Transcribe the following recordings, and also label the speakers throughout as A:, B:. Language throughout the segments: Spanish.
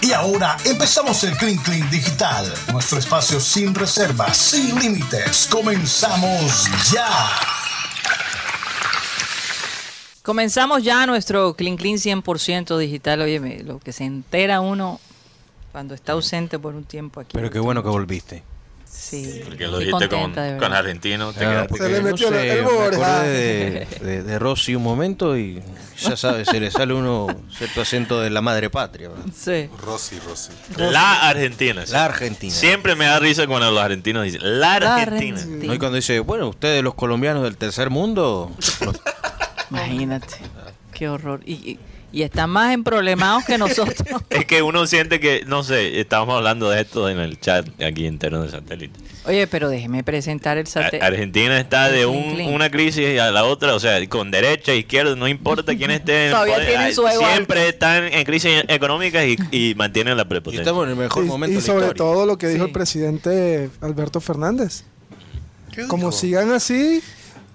A: Y ahora empezamos el Clean Clean Digital, nuestro espacio sin reservas, sin límites. Comenzamos ya.
B: Comenzamos ya nuestro Clean Clean 100% digital. Oye, lo que se entera uno cuando está ausente por un tiempo aquí.
C: Pero qué bueno que volviste.
B: Sí.
D: Porque lo
B: estoy
D: dijiste con,
B: contenta, de verdad.
D: con argentino. te
C: Claro,
D: quedaste
C: porque
D: con-
E: le
C: no
E: metió la- el
C: me
E: Borja.
F: Ah.
C: acordé de, de, de Rossi un momento y ya sabes, se le sale uno cierto acento de la madre patria. ¿verdad?
B: Sí.
G: Rosy, Rosy.
D: La Argentina. sí.
C: La Argentina.
D: Siempre me da risa cuando los argentinos dicen la
B: La
D: Argentina.
B: Argentina.
C: ¿No? Y cuando dice, bueno, ustedes los colombianos del tercer mundo,
B: Imagínate. Qué horror. Y, y- y están más emproblemados que nosotros.
D: Es que uno siente que, no sé, estábamos hablando de esto en el chat aquí interno de satélite.
B: Oye, pero déjeme presentar el
D: A-
B: satélite.
D: Argentina está de
B: Clean,
D: un-
B: clean.
D: una crisis a la otra, o sea, con derecha, e izquierda, no importa quién esté. en el
B: Todavía
D: poder,
B: tienen
D: ay,
B: su ego
D: Siempre están en crisis económicas y, y mantienen la
C: y
D: prepotencia.
C: estamos en el mejor
E: y,
C: momento.
E: y
C: de la
E: sobre
C: historia.
E: todo lo que dijo
B: Sí.
E: el presidente Alberto Fernández. Como sigan así,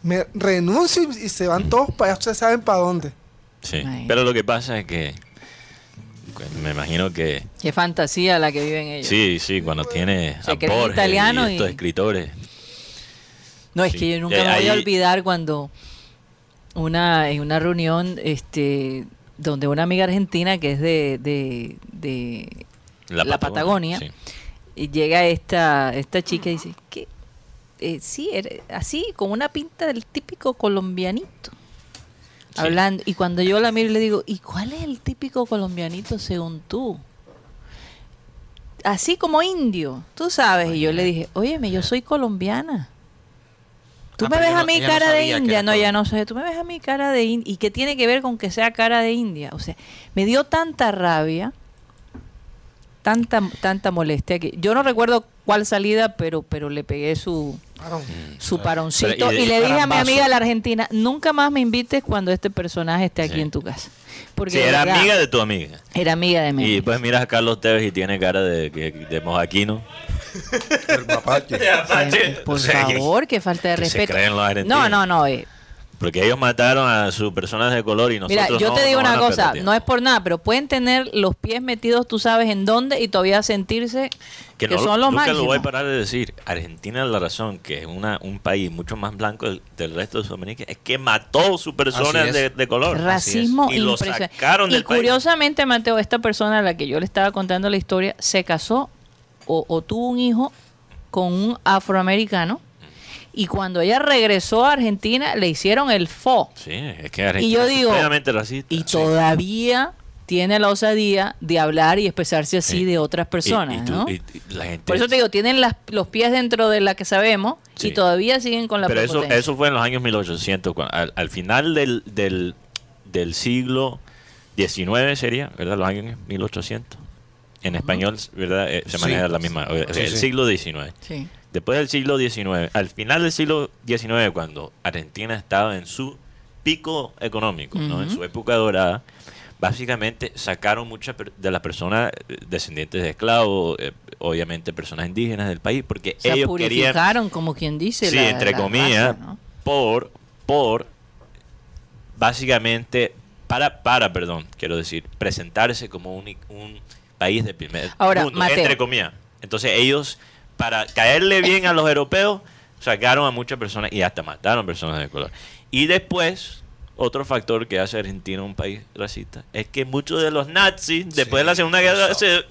E: me renuncio y, y se van todos para allá. Ustedes saben para dónde.
D: Sí.
B: Ay.
D: Pero lo que pasa es que que me imagino que
B: Qué fantasía la que viven ellos.
D: sí, sí, cuando tiene
B: Se
D: a
B: creen
D: Borges
B: italianos
D: y estos
B: y-
D: escritores.
B: No, es
D: Sí.
B: que yo nunca
D: Eh,
B: me voy a
D: ahí-
B: olvidar cuando una, en una reunión este, donde una amiga argentina que es de, de, de la, Patagonia, y llega esta, esta chica y dice, que sí, eres así, con una pinta del típico colombianito.
D: Sí.
B: Hablando, y cuando yo la miro y le digo, ¿y cuál es el típico colombianito según tú? Así como indio, tú sabes. Y yo le dije, óyeme, yo soy colombiana. Tú
F: Ah,
B: me
F: pero
B: ves
F: ella
B: a
F: no-
B: mí
F: ella no
B: cara de
F: sabía que
B: india,
F: era
B: no, ya
F: colombiana.
B: no sé, tú me ves a mí cara de india. ¿Y qué tiene que ver con que sea cara de india? O sea, me dio tanta rabia tanta tanta molestia que yo no recuerdo cuál salida, pero pero le pegué su su paroncito
D: Pero, y
B: y,
D: de-
B: le dije a mi
D: carambazo.
B: amiga la argentina, nunca más me invites cuando este personaje esté aquí
D: Sí.
B: en tu casa. Porque
D: Sí,
B: de
D: era
B: verdad,
D: amiga de tu amiga.
B: era amiga de mi
D: Y pues,
B: amiga.
D: después miras a Carlos Tevez y tiene cara de, que- de mojaquino.
G: El mapache.
B: Ay, Por
D: O sea, que-
B: favor, que falta de
D: que se
B: respeto.
D: creen los
B: No,
D: argentinos.
B: no, no. eh,
D: Porque ellos mataron a sus personas de color y nosotros
B: Mira, yo
D: no-
B: te digo
D: no
B: una
D: van a
B: cosa,
D: perder
B: no es por nada, pero pueden tener los pies metidos, tú sabes en dónde, y todavía sentirse
D: tiempo.
B: que,
D: no lo-
B: son los
D: Nunca lo
B: máximos.
D: voy a parar de decir. Argentina, la razón que es una, un país mucho más blanco del, del resto de Sudamérica es que mató a sus personas
C: Así es.
D: de, de color.
B: Racismo
D: Y lo
B: impresionante.
D: sacaron
B: y
D: del país.
B: curiosamente, Mateo, esta persona a la que yo le estaba contando la historia se casó o, o tuvo un hijo con un afroamericano. Y cuando ella regresó a Argentina, le hicieron el fo.
D: Sí, es que Argentina
B: yo digo-
D: es completamente racista.
B: Y todavía tiene la osadía de hablar y expresarse así
D: Sí.
B: de otras personas.
D: Y- y tú-
B: ¿no?
D: y- y la gente-
B: Por eso te digo, tienen las- los pies dentro de la que sabemos
D: Sí.
B: y todavía siguen con la
D: Pero eso,
B: prepotencia.
D: eso fue en los años 1800, cuando- al, al final del, del, del siglo XIX sería, ¿verdad? Los años 1800. En español, ¿verdad? Eh, se
C: Sí.
D: maneja la misma. o- o sea,
C: Sí,
D: el
C: sí.
D: siglo XIX.
B: Sí.
D: Después del siglo XIX, al final del siglo XIX, cuando Argentina estaba en su pico económico, ¿no? en
B: Ujú.
D: su época dorada, básicamente sacaron muchas per- de las personas eh, descendientes de esclavos, eh, obviamente personas indígenas del país, porque
B: Se
D: ellos querían
B: purificaron, como quien dice.
D: sí,
B: la-
D: entre
B: la
D: comillas,
B: raza, ¿no?
D: por, por, básicamente, para, para, perdón, quiero decir, presentarse como un, un país de primer
B: Ahora,
D: mundo,
B: Mateo.
D: entre comillas. Entonces ellos, para caerle bien a los europeos, sacaron a muchas personas y hasta mataron personas de color. Y después... Otro factor que hace a Argentina un país racista es que muchos de los nazis, después de la Segunda Guerra, se,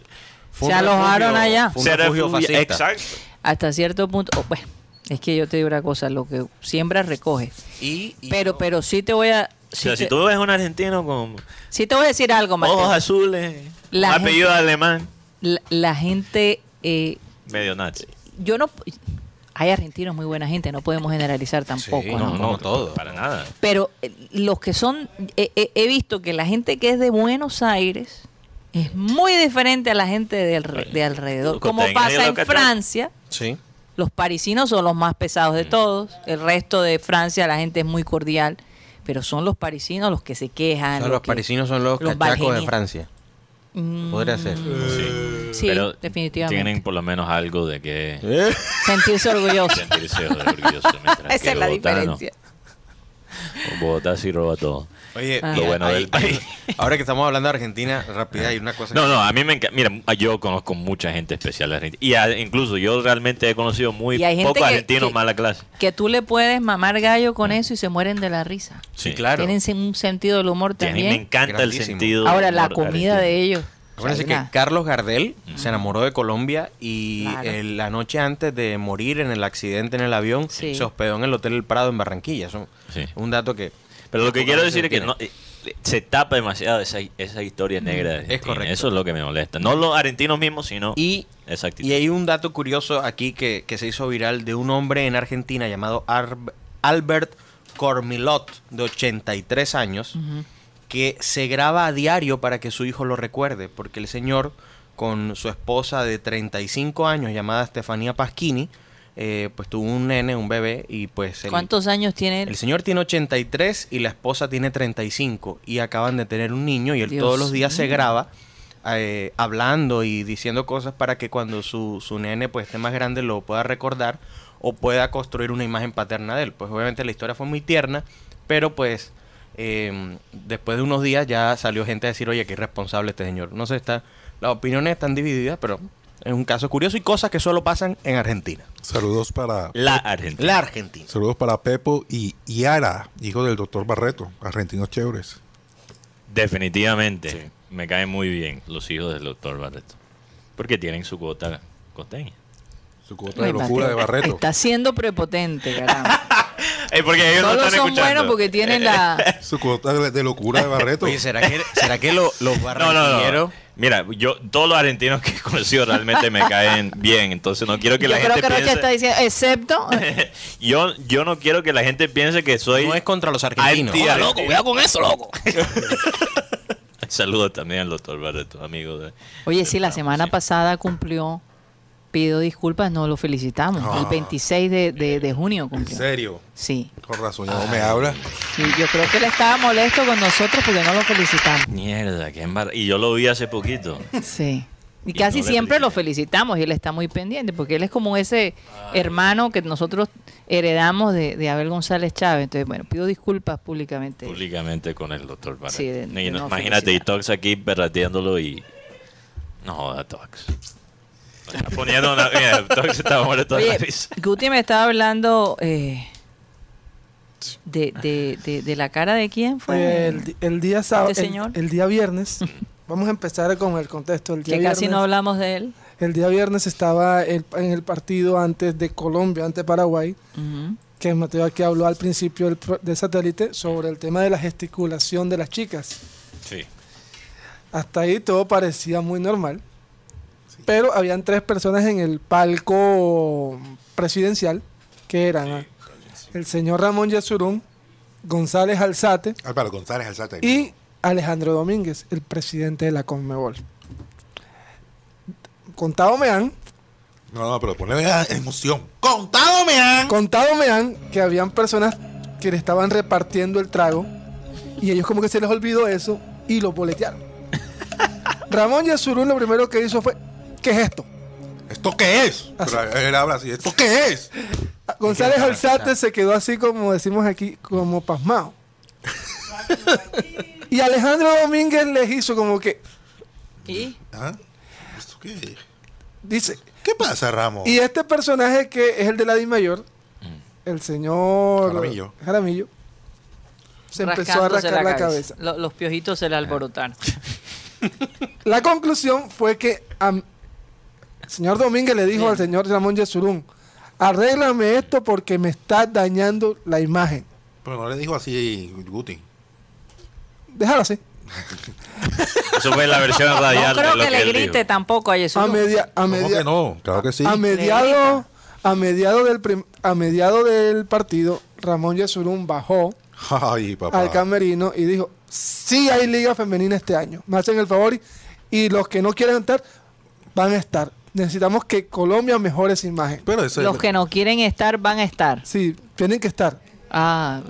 C: Fue
B: Se
C: un
B: alojaron
C: refugio-
B: allá.
C: Fue un
D: se
C: refugio
D: refugia-
C: fascista.
D: Exacto.
B: hasta cierto punto, oh, bueno, es que yo te digo una cosa, lo que siembras recoges.
F: Y, y-
B: Pero, pero sí te voy a,
D: O
B: sí,
D: sea, si
B: te,
D: tú ves un argentino con
B: sí te voy a decir algo, Mateo.
D: Ojos azules,
B: La
D: un
B: gente-
D: apellido alemán,
B: La, la gente, eh,
D: medio nazi.
B: yo no, hay argentinos muy buena gente, no podemos generalizar tampoco.
C: no,
B: ¿no?
C: no, todo.
D: Para nada.
B: Pero eh, los que son, eh, eh, he visto que la gente que es de Buenos Aires es muy diferente a la gente de, alre- de alrededor.
D: Los
B: Como
D: costeños y
B: pasa
D: los
B: en
D: cachados.
B: Francia.
C: Sí.
B: Los parisinos son los más pesados
D: Mm.
B: de todos. El resto de Francia, la gente es muy cordial. Pero son los parisinos los que se quejan.
C: O sea, los
B: que-
C: parisinos son los,
B: Ah, los
C: cachacos de
B: valgenias.
C: Francia.
B: Mm,
C: Podría ser.
B: Sí,
D: Pero
B: definitivamente.
D: Tienen por lo menos algo de que
F: ¿Eh?
B: Sentirse orgullosos.
D: sentirse orgulloso. mientras
B: Esa
D: que
B: es la
D: Bogotá no.
B: diferencia.
D: Bogotá sí roba todo.
C: Oye,
B: Ah.
D: Lo bueno del país.
C: ahora que estamos hablando de Argentina, rápida, hay una cosa.
D: No, no, a mí me encanta. Mira, yo conozco mucha gente especial de Argentina. Y a- incluso yo realmente he conocido muy
B: Y hay gente
D: pocos
B: que-
D: argentinos
B: que-
D: mala clase.
B: Que tú le puedes mamar gallo con eso y se mueren de la risa.
D: Sí,
B: Tienen sen- un sentido del humor
D: Y a mí me
B: también.
D: encanta el
C: Grandísimo.
D: sentido.
B: Ahora, la
D: humor
B: comida
D: argentino.
B: de ellos.
C: Acuérdense
B: O
C: que
B: sea, una-
C: Carlos Gardel se enamoró de Colombia y
B: Claro.
C: eh, la noche antes de morir en el accidente en el avión
B: Sí.
C: se hospedó en el Hotel El Prado en Barranquilla. Eso
D: Sí.
C: un dato que.
D: Pero lo que
C: pocas
D: quiero
C: veces
D: decir es que
C: tiene.
D: no, eh, eh, se tapa demasiado esa, esa historia negra. de Argentina.
C: Mm, correcto.
D: Eso es lo que me molesta. No los argentinos mismos, sino
C: Y,
D: esa actitud.
C: y hay un dato curioso aquí que, que se hizo viral de un hombre en Argentina llamado Arb- Albert Cormilot, de 83 años, que se graba a diario para que su hijo lo recuerde, porque el señor, con su esposa de 35 años, llamada Estefanía Pasquini, eh, pues tuvo un nene, un bebé, y pues el,
B: ¿Cuántos años tiene él?
C: el señor tiene 83 y la esposa tiene 35 y acaban de tener un niño y él
B: Dios
C: todos los días se
B: mío.
C: graba eh, hablando y diciendo cosas para que cuando su, su nene pues esté más grande lo pueda recordar o pueda construir una imagen paterna de él. Pues obviamente la historia fue muy tierna, pero pues eh, después de unos días ya salió gente a decir, oye, qué irresponsable este señor. No sé, está, las opiniones están divididas, pero es un caso curioso y cosas que solo pasan en Argentina.
G: Saludos para,
D: La Argentina.
C: La Argentina.
G: saludos para Pepo y Yara, hijo del doctor Barreto, argentinos chéveres.
D: Definitivamente. Me caen muy bien los hijos del doctor Barreto. Porque tienen su cuota costeña.
G: Su cuota de locura de Barreto.
B: Está siendo prepotente, caramba.
D: porque ellos
B: Solo
D: no están Eh,
B: son buenos porque tienen la.
G: Su cuota de de locura de Barreto.
C: Oye, ¿será que, será que lo- los
D: No, no,
C: barranquilleros...
D: no. Mira, yo todos los argentinos que he conocido realmente me caen bien, entonces no quiero que
B: Yo
D: la
B: creo
D: gente
B: que Rocha está
D: piense
B: diciendo, excepto.
D: yo yo no quiero que la gente piense que soy
C: No es contra los argentinos. Ah,
D: anti-
F: cuidado con eso, loco.
D: Saludos también al doctor Barreto, amigo de
B: Oye, sí, la semana
D: Sí.
B: pasada cumplió. Pido disculpas, no lo felicitamos. El 26 de, de- de junio
G: En
B: cumplió.
G: serio.
B: Sí.
G: Con razón, ya no me habla.
B: Y yo creo que él estaba molesto con nosotros porque no lo felicitamos.
D: Mierda, qué embar... Y yo lo vi hace poquito.
B: Sí. Y
D: Y
B: casi
D: no le
B: siempre lo felicitamos y él está muy pendiente porque él es como ese hermano que nosotros heredamos de, de Abel González Chávez. Entonces, bueno, pido disculpas públicamente.
D: públicamente con el doctor Barreto.
B: Sí, de-
D: Y
B: de
D: no-
B: no
D: imagínate, y
B: felicitar.
D: Tox aquí perrateándolo y. No joda, Tox. Está poniendo una. Mira, Tox está muerto de la
B: Oye,
D: risa.
B: Guti me estaba hablando eh, de, de- de- de la cara de quién fue.
E: Eh, El, di- el día sábado,
B: Este
E: el-
B: señor.
E: el, día viernes, vamos a empezar con el contexto. El día
B: que casi
E: viernes-
B: no hablamos de él.
E: El día viernes estaba el- en el partido antes de Colombia, ante Paraguay,
B: Ujú.
E: que Mateo aquí habló al principio del, pro- del satélite sobre el tema de la gesticulación de las chicas.
D: Sí.
E: Hasta ahí todo parecía muy normal. Pero habían tres personas en el palco presidencial que eran ah, el señor Ramón Yesurún, González Alzate
G: Álvaro González Alzate.
E: y Alejandro Domínguez, el presidente de la Conmebol. Contado me han,
G: No, no, pero ponle la emoción. ¡Contado me han!
E: contado me han que habían personas que le estaban repartiendo el trago y ellos como que se les olvidó eso y lo boletearon. Ramón Yesurún lo primero que hizo fue, ¿qué es esto?
G: ¿Esto qué es?
E: Así.
G: Pero él habla así. ¿Esto qué es?
E: Ah, González Alzate se quedó así como decimos aquí, como pasmado. y Alejandro Domínguez les hizo como que,
B: ¿Y?
G: ¿Ah? ¿Esto qué es?
E: dice,
G: ¿Qué pasa, Ramos?
E: y este personaje que es el de la Di Mayor, el señor
G: Jaramillo.
E: Jaramillo, se empezó a
B: Rascándose
E: rascar la, cabeza.
B: Lo- los piojitos se le alborotaron.
E: La conclusión fue que am- el señor Domínguez le dijo al señor Ramón Yesurún, arréglame esto porque me está dañando la imagen.
G: Pero no le dijo así Guti.
E: Déjalo así.
D: Eso fue la versión
B: No
D: radial. de
B: creo
D: lo
B: que, le
D: él
B: grite
D: dijo.
B: tampoco a
E: A
B: Jesús.
E: media, a
G: ¿Cómo
E: media,
G: que no? Claro que sí.
E: A mediado, a mediado del prim- a mediado del partido, Ramón Yesurún bajó
G: Ay, papá.
E: al camerino y dijo, sí hay liga femenina este año, me hacen el favor y, y los que no quieren estar van a estar. Necesitamos que Colombia mejore esa imagen.
G: Pero eso
B: Los
G: es,
B: que no quieren estar van a estar.
E: Sí, tienen que estar.
B: Ah,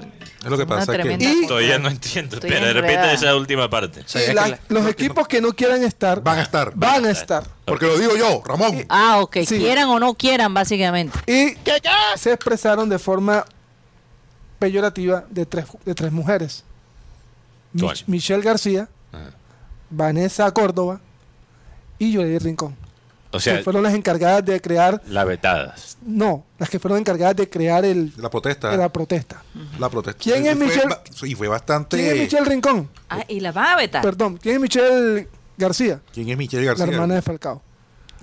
G: es lo que
B: Una
G: pasa.
B: tremenda-
G: Que
E: Y,
D: Todavía no entiendo.
B: Estoy
D: Pero repite
B: enredada.
D: esa última parte.
E: y la- los equipos que no quieran estar
G: van a estar.
E: van a estar.
G: Porque lo digo yo, Ramón.
B: ah, ok.
E: Sí.
B: Quieran o no quieran, básicamente.
E: Y se expresaron de forma peyorativa de tres, de tres mujeres. Mich-
D: ¿Cuál?
E: Michelle García,
D: Ajá.
E: Vanessa Córdoba y Yolanda Rincón.
D: O sea,
E: que fueron las encargadas de crear,
D: la vetadas.
E: no, las que fueron encargadas de crear el,
G: La protesta.
E: la protesta.
G: La protesta.
E: ¿Quién
G: Y
E: es
G: fue
E: Michelle?
G: ba- Y fue bastante.
E: ¿Quién es Michelle Rincón?
B: Ah, y la va a vetar.
E: Perdón, ¿quién es Michelle García?
G: ¿Quién es Michelle García?
E: La hermana de Falcao.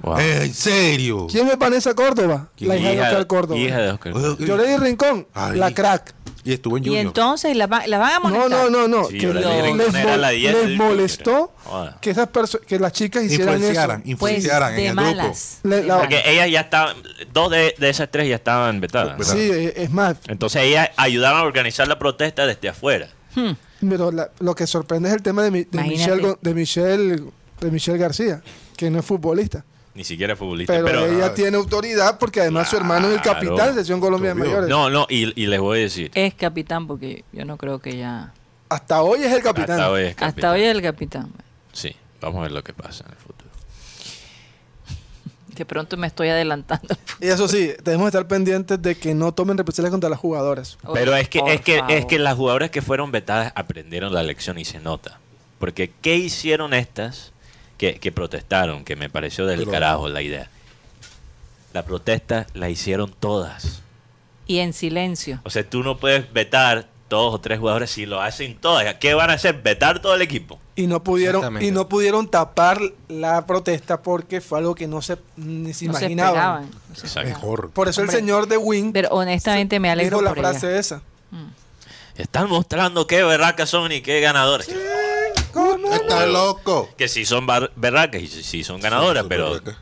D: Wow.
G: Eh, ¿En serio?
E: ¿Quién es Vanessa Córdoba?
G: ¿Quién?
E: La hija, de Oscar Córdoba.
D: Hija de Oscar.
G: Eh, eh,
E: Yolanda Rincón,
G: Ay.
E: la crack.
G: Y estuvo en
B: Y
G: Junior.
B: entonces la, va- la van a
E: No,
B: molestar.
E: no, no, no.
D: Sí,
E: que
D: Yolanda
E: les,
D: Rincón era
E: mol-
D: la diez
E: les
D: del Junior.
E: molestó
D: Joda.
E: que, esas perso- que las chicas hicieran eso.
G: Influenciaran,
B: Pues
G: influenciaran
B: de
G: en el
B: malas.
E: Le-
B: De
E: la-
B: malas.
D: Porque ellas ya estaban, dos de, de esas tres ya estaban vetadas.
G: Pues-
E: Sí, eh, es más,
D: Entonces ellas ayudaron a organizar la protesta desde afuera.
B: Hmm.
E: pero la- lo que sorprende es el tema de, mi- de,
B: Imagínate.
E: Michelle, Go- de, Michelle, de Michelle García, que no es futbolista.
D: Ni siquiera futbolista.
E: Pero,
D: Pero, ah,
E: ella tiene autoridad porque además su hermano es el
D: Claro.
E: capitán de Selección Colombia de
G: Obvio.
E: Mayores.
D: no, no, y, y les voy a decir.
B: Es capitán porque yo no creo que ya...
E: Hasta hoy es el capitán.
D: Hasta hoy es
B: Hasta
D: capitán.
B: hoy es el capitán.
D: Sí, vamos a ver lo que pasa en el futuro.
B: De pronto me estoy adelantando.
E: Y eso sí, debemos estar pendientes de que no tomen represalias contra las jugadoras.
D: Pero es que,
B: Por
D: es, que, es
B: favor.
D: que las jugadoras que fueron vetadas aprendieron la lección y se nota. Porque ¿qué hicieron estas que, que protestaron? Que me pareció del
G: Pero-
D: carajo la idea. La protesta la hicieron todas.
B: Y en silencio.
D: O sea, tú no puedes vetar dos o tres jugadores si lo hacen todas. ¿Qué van a hacer? ¿Vetar todo el equipo?
E: Y no pudieron,
C: Exactamente.
E: y no pudieron tapar la protesta porque fue algo que no se ni se
B: No se
E: imaginaban.
B: esperaban. No se
D: Exacto.
B: esperaban.
G: Mejor.
E: por eso
B: Hombre.
E: el señor de Wing
B: Pero honestamente me alegro
E: dijo la
B: por
E: frase
B: ella.
E: esa.
D: Están mostrando qué berracas son y qué ganadores.
E: ¿Cómo?
G: Está loco.
D: Que si son bar- berracas y si si son ganadoras,
G: Sí,
D: pero
G: súper loco.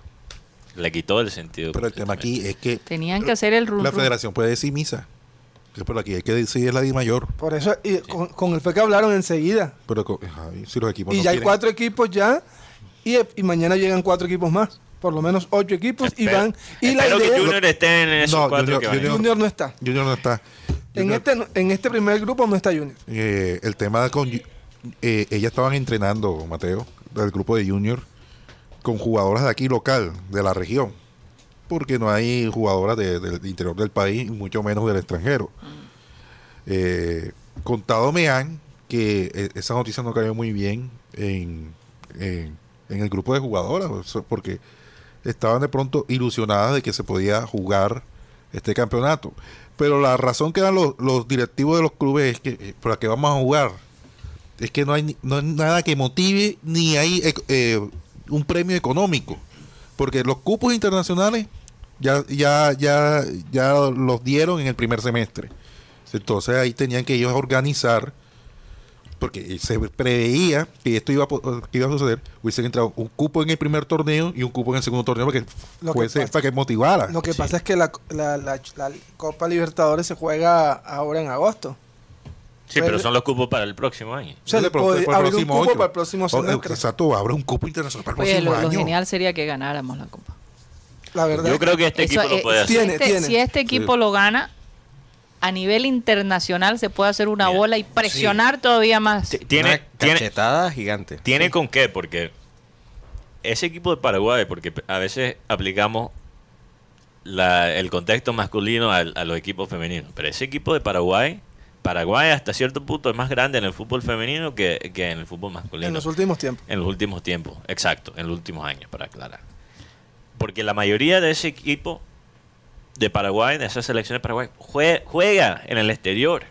D: le quitó el sentido.
G: Pero el tema aquí es que
B: Tenían que hacer el run,
G: la
B: run.
G: federación puede decir misa. Que Pero aquí hay que decidir la Di Mayor.
E: Por eso y con, con el fue que hablaron enseguida.
G: Pero co- ay, si los equipos
E: y
G: no
E: ya hay
G: quieren-
E: cuatro equipos ya y, y mañana llegan cuatro equipos más, por lo menos ocho equipos y van y la
D: Espero
E: idea
D: que Junior esté en esos
G: No,
D: cuatro
G: Junior-
D: que van a ir.
G: Junior-
E: Junior no está.
G: Junior no está.
E: En
G: Junior-
E: este no- en este primer grupo no está Junior.
G: eh, el tema con Ju- eh, ellas estaban entrenando, Mateo, del grupo de Junior, con jugadoras de aquí local, de la región, porque no hay jugadoras de- del interior del país, y mucho menos del extranjero. Eh, contado me han que eh, esa noticia no cayó muy bien en, en- en el grupo de jugadoras, o sea, porque estaban de pronto ilusionadas de que se podía jugar este campeonato. Pero la razón que dan los, los directivos de los clubes es que eh, por la que vamos a jugar es que no hay, ni- no hay nada que motive ni hay ec- eh, un premio económico. Porque los cupos internacionales ya, ya, ya, ya los dieron en el primer semestre. Entonces ahí tenían que ellos organizar, porque se preveía que esto iba a, po- que iba a suceder, hubiesen entrado un cupo en el primer torneo y un cupo en el segundo torneo para que,
E: Lo que
G: fuese-
E: pasa-
G: para que motivara.
E: Lo que pasa es que la, la- la- la Copa Libertadores se juega ahora en agosto.
D: Sí, pero son los cupos para el próximo año.
E: O sea,
G: Sí,
E: le
G: pero-
E: puede
G: pero el
E: abrir un
G: próximo
E: cupo
G: ocho.
E: para el próximo
G: O-
E: semestre.
G: Exacto, abre un cupo internacional para el
B: Oye,
G: próximo
B: lo, lo
G: año.
B: genial sería que ganáramos la copa.
E: La verdad.
D: Yo creo que este
B: Eso,
D: equipo lo
B: eh,
D: puede
B: si,
D: hacer.
E: tiene,
B: este,
E: tiene.
B: si este equipo lo gana, a nivel internacional se puede hacer una
D: Mira,
B: bola y presionar todavía más.
D: T- Tiene,
C: Una
D: tiene,
C: cachetada gigante.
D: tiene con qué, porque ese equipo de Paraguay, porque a veces aplicamos la- el contexto masculino al- a, los equipos femeninos, pero ese equipo de Paraguay, Paraguay hasta cierto punto es más grande en el fútbol femenino que, que en el fútbol masculino.
E: en los últimos tiempos.
D: En los últimos tiempos, exacto, en los últimos años, para aclarar. Porque la mayoría de ese equipo de Paraguay, de esas selecciones de Paraguay, jue- juega en el exterior.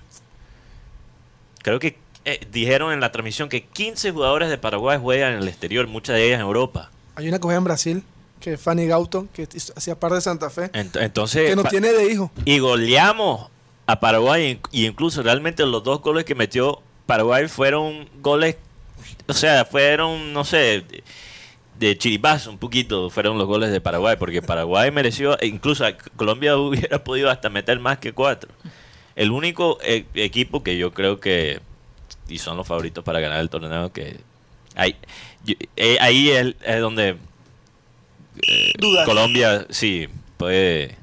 D: Creo que eh, dijeron en la transmisión que 15 jugadores de Paraguay juegan en el exterior, muchas de ellas en Europa.
E: Hay una que juega en Brasil, que es Fanny Gauto, que hizo- hacía par de Santa Fe,
D: Ent- entonces,
E: que
D: Eh,
E: nos
D: pa-
E: tiene de hijo.
D: y goleamos a Paraguay, y incluso realmente los dos goles que metió Paraguay fueron goles, o sea, fueron, no sé, de, de chiripazo un poquito, fueron los goles de Paraguay, porque Paraguay mereció, e incluso a- Colombia hubiera podido hasta meter más que cuatro. El único eh, equipo que yo creo que, y son los favoritos para ganar el torneo, que ahí, yo- eh, ahí es, es donde eh,
E: Dudas.
D: Colombia, sí, puede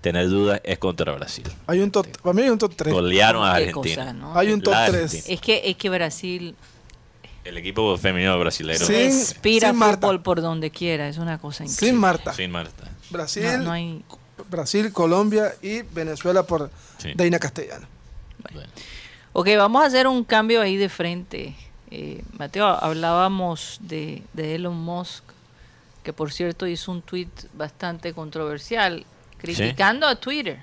D: tener dudas es contra Brasil.
E: Hay un top, para mí hay un top 3.
D: Golearon a
B: Qué
D: Argentina.
B: cosa, ¿no?
E: Hay un top
D: La
E: 3.
D: Argentina.
B: Es que, es que Brasil
D: El equipo femenino brasileño.
E: Sí. Sin-
B: respira
E: sin Marta.
B: fútbol por donde quiera. Es una cosa increíble.
E: Sin Marta.
D: Sin Marta.
E: Brasil,
B: No, no hay-
E: Brasil, Colombia y Venezuela por
D: Sí.
E: Deina Castellano.
D: Bueno.
B: Ok, vamos a hacer un cambio ahí de frente. Eh, Mateo, hablábamos de, de Elon Musk, que por cierto hizo un tweet bastante controversial, criticando a Twitter.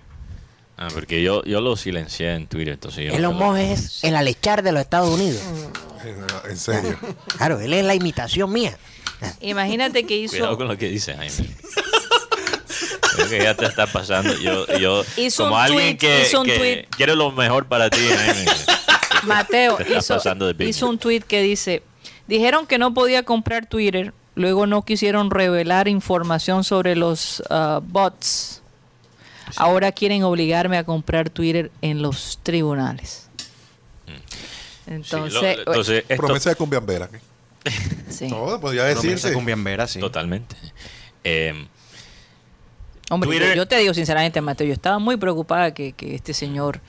D: Ah, porque yo, yo lo silencié en Twitter, entonces yo...
F: El homo es el alechar de los Estados Unidos.
G: En serio.
F: Claro, él es la imitación mía.
B: Imagínate que hizo...
D: Cuidado con lo que dices, Jaime. Creo que ya te está pasando. Yo, yo
B: Hizo
D: como
B: un tweet,
D: alguien que,
B: hizo un
D: que
B: tweet.
D: quiere lo mejor para ti, Jaime.
B: Mateo
D: Te estás
B: hizo,
D: pasando de piña.
B: hizo un tweet que dice, dijeron que no podía comprar Twitter, luego no quisieron revelar información sobre los ah, bots, ahora quieren obligarme a comprar Twitter en los tribunales.
D: Mm. Sí, lo-
B: Entonces, eh,
D: entonces esto-
G: Promesa de cumbiambera.
B: sí.
G: No, podría
C: Promesa
G: decirse.
C: cumbiambera, sí.
D: totalmente. Eh,
B: Hombre, yo-
D: Twitter-
B: yo te digo sinceramente, Mateo, yo estaba muy preocupada que, que este señor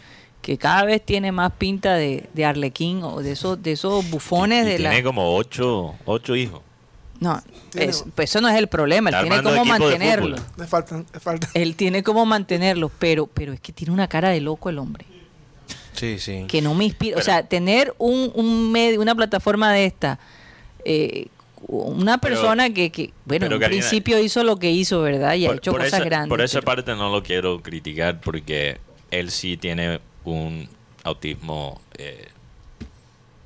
B: que cada vez tiene más pinta de, de arlequín o de esos de esos bufones
D: y
B: de
D: tiene
B: la
D: como ocho, ocho hijos.
B: no es- pues eso no es el problema él
D: Está
B: tiene
D: armando
B: cómo
D: equipo de
B: mantenerlo
D: fútbol.
E: Le faltan, le faltan.
B: Él tiene cómo mantenerlo, pero, pero es que tiene una cara de loco el hombre.
C: Sí, sí.
B: Que no me inspira. o sea, tener un, un medio, una plataforma de esta, eh, una
D: Pero-
B: persona que, que, bueno,
D: pero,
B: en
D: Karina,
B: principio hizo lo que hizo, ¿verdad? Y ha hecho cosas
D: esa,
B: grandes.
D: Por esa
B: pero-
D: parte no lo quiero criticar porque él sí tiene un autismo, eh,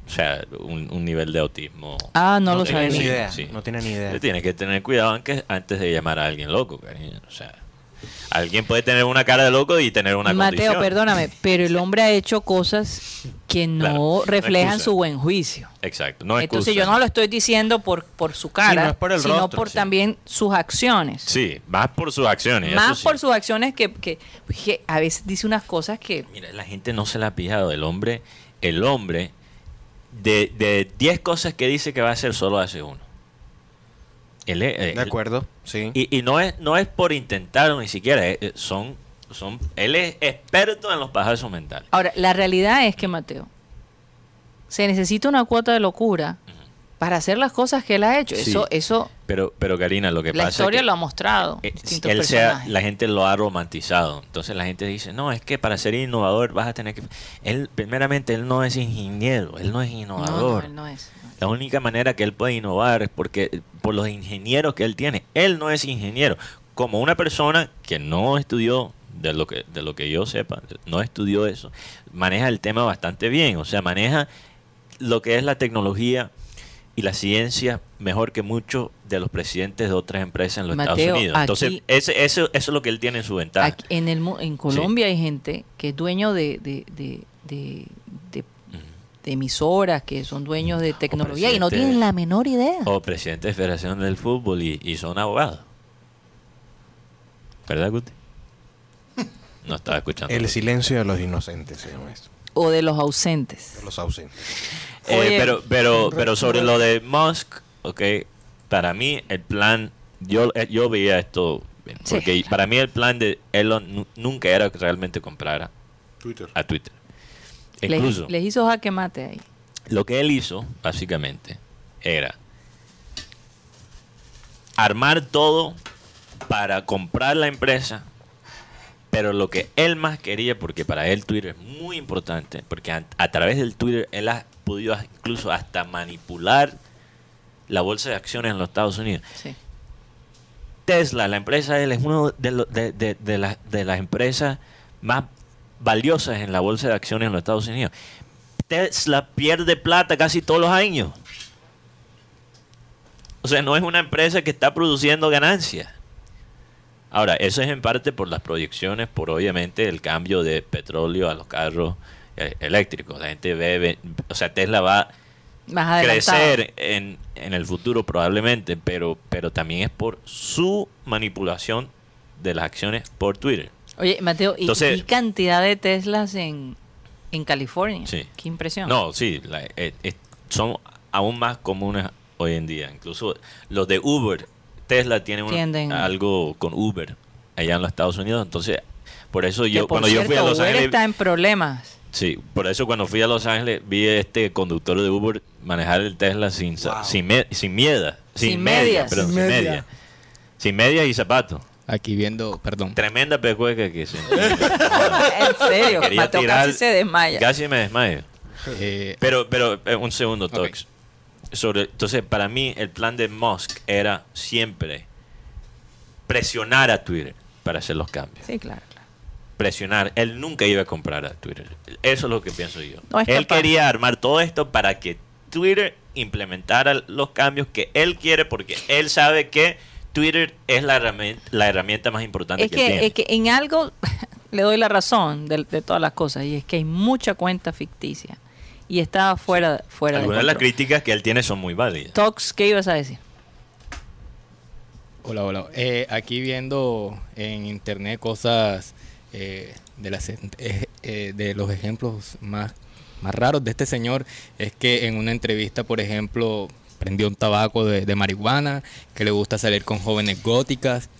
D: o sea, un, un nivel de autismo.
B: Ah, no lo sabía.
D: tiene- sí,
B: Ni
C: idea,
D: sí.
C: no tiene ni idea.
D: Él Tiene que tener cuidado antes, antes de llamar a alguien loco, cariño. O sea, alguien puede tener una cara de loco y tener una
B: Mateo,
D: condición.
B: perdóname, pero el hombre ha hecho cosas que no
D: Claro, no
B: reflejan
D: excusa.
B: su buen juicio.
D: Exacto, no
B: Entonces
D: excusa.
B: yo no lo estoy diciendo por, por su cara,
C: no es por el
B: sino
C: rostro,
B: por
C: sí.
B: también sus acciones.
D: Sí, más por sus acciones. eso
B: Más
D: sí.
B: por sus acciones que- que- que a veces dice unas cosas que
D: Mira, la gente no se la ha pillado. El hombre, el hombre, de de 10 cosas que dice que va a hacer, solo hace uno. Él es- eh,
C: De acuerdo, sí.
D: Y, y no, es, no es por intentarlo ni siquiera. eh, eh, son, son, él es experto en los pajaros mentales.
B: Ahora, la realidad es que, Mateo, se necesita una cuota de locura para hacer las cosas que él ha hecho.
D: Sí.
B: Eso, eso,
D: Pero, pero Karina, lo que
B: la
D: pasa
B: historia
D: es que
B: lo ha mostrado.
D: eh,
B: distintos
D: él sea,
B: personajes.
D: la gente lo ha romantizado. Entonces la gente dice, no, es que para ser innovador vas a tener que... Él, primeramente, él no es ingeniero, él no es
B: No, no,
D: innovador.
B: él no es.
D: La única manera que él puede innovar es porque por los ingenieros que él tiene. Él no es ingeniero. Como una persona que no estudió, de lo que, de lo que yo sepa, no estudió eso, maneja el tema bastante bien. O sea, maneja lo que es la tecnología y la ciencia mejor que muchos de los presidentes de otras empresas en los
B: Mateo,
D: Estados Unidos. Entonces,
B: aquí-
D: ese, ese- eso es lo que él tiene en su ventaja.
B: Aquí- en, el, mu- en Colombia hay gente que es dueño de, de, de- de- de- de emisoras, que son dueños de tecnología y no
D: presidente.
B: tienen la menor idea.
D: O presidente de Federación del Fútbol y, y son abogados. ¿Verdad, Guti? No estaba escuchando.
C: El
D: Guti.
C: silencio de los inocentes se llama eso.
B: O de los ausentes.
C: De los ausentes.
D: Eh,
B: Oye.
D: pero, pero, pero sobre lo de Musk, ok, para mí el plan, yo, eh, yo veía esto, bien,
B: Sí.
D: porque para mí el plan de Elon nu- nunca era que realmente comprara
G: Twitter.
D: a Twitter.
B: Les-
D: Incluso
B: Les, hizo jaque mate ahí.
D: lo que él hizo, básicamente, era armar todo para comprar la empresa, pero lo que él más quería, porque para él Twitter es muy importante, porque a, a través del Twitter él ha podido a- incluso hasta manipular la bolsa de acciones en los Estados Unidos.
B: Sí.
D: Tesla, la empresa de él, es una de, lo- de- de- de las- de las empresas más valiosas en la bolsa de acciones en los Estados Unidos. Tesla pierde plata casi todos los años. O sea, no es una empresa que está produciendo ganancias. Ahora, eso es en parte por las proyecciones, por obviamente el cambio de petróleo a los carros eh, eléctricos. La gente ve, ve- o sea, Tesla va
B: Más adelantado.
D: crecer en, en el futuro probablemente, pero, pero también es por su manipulación de las acciones por Twitter.
B: Oye, Mateo, ¿y,
D: Entonces-
B: y cantidad de Teslas en, en California?
D: Sí.
B: Qué impresión.
D: No, sí, la- eh, eh, son aún más comunes hoy en día. Incluso los de Uber, Tesla tiene un-
B: Tienden.
D: algo con Uber allá en los Estados Unidos, entonces por eso
B: Que,
D: yo
B: por
D: cuando yo fui a
B: cierto,
D: Los
B: Uber
D: Ángeles,
B: está en problemas.
D: sí, por eso cuando fui a Los Ángeles vi a este conductor de Uber manejar el Tesla sin sa- sin, me- sin miedo, sin,
B: Sin
D: media,
B: medias.
D: perdón,
E: Sin
D: sin
E: media.
D: media. Sin medias y zapatos.
H: Aquí viendo, perdón.
D: Tremenda pecueca que hice.
B: En serio,
D: Quería
B: Mateo
D: tirar-
B: casi se desmaya.
D: Casi me desmayo.
H: Eh,
D: Pero, pero eh, un segundo, Tox. Sobre, entonces, para mí, el plan de Musk era siempre presionar a Twitter para hacer los cambios.
B: Sí, claro, claro.
D: Presionar. Él nunca iba a comprar a Twitter. Eso es lo que pienso yo.
B: No, es
D: él
B: capaz.
D: quería armar todo esto para que Twitter implementara los cambios que él quiere porque él sabe que Twitter es la herramienta, la herramienta más importante
B: Es
D: que,
B: que,
D: tiene.
B: es que en algo le doy la razón de, de todas las cosas y es que hay mucha cuenta ficticia y estaba fuera, fuera
D: Algunas de las
B: control.
D: críticas que él tiene son muy válidas.
B: Tox, ¿qué ibas a decir?
H: Hola, hola. Eh, aquí viendo en internet cosas eh, de, las, eh, eh, de los ejemplos más, más raros de este señor. Es que en una entrevista, por ejemplo, prendió un tabaco de, de marihuana, que le gusta salir con jóvenes góticas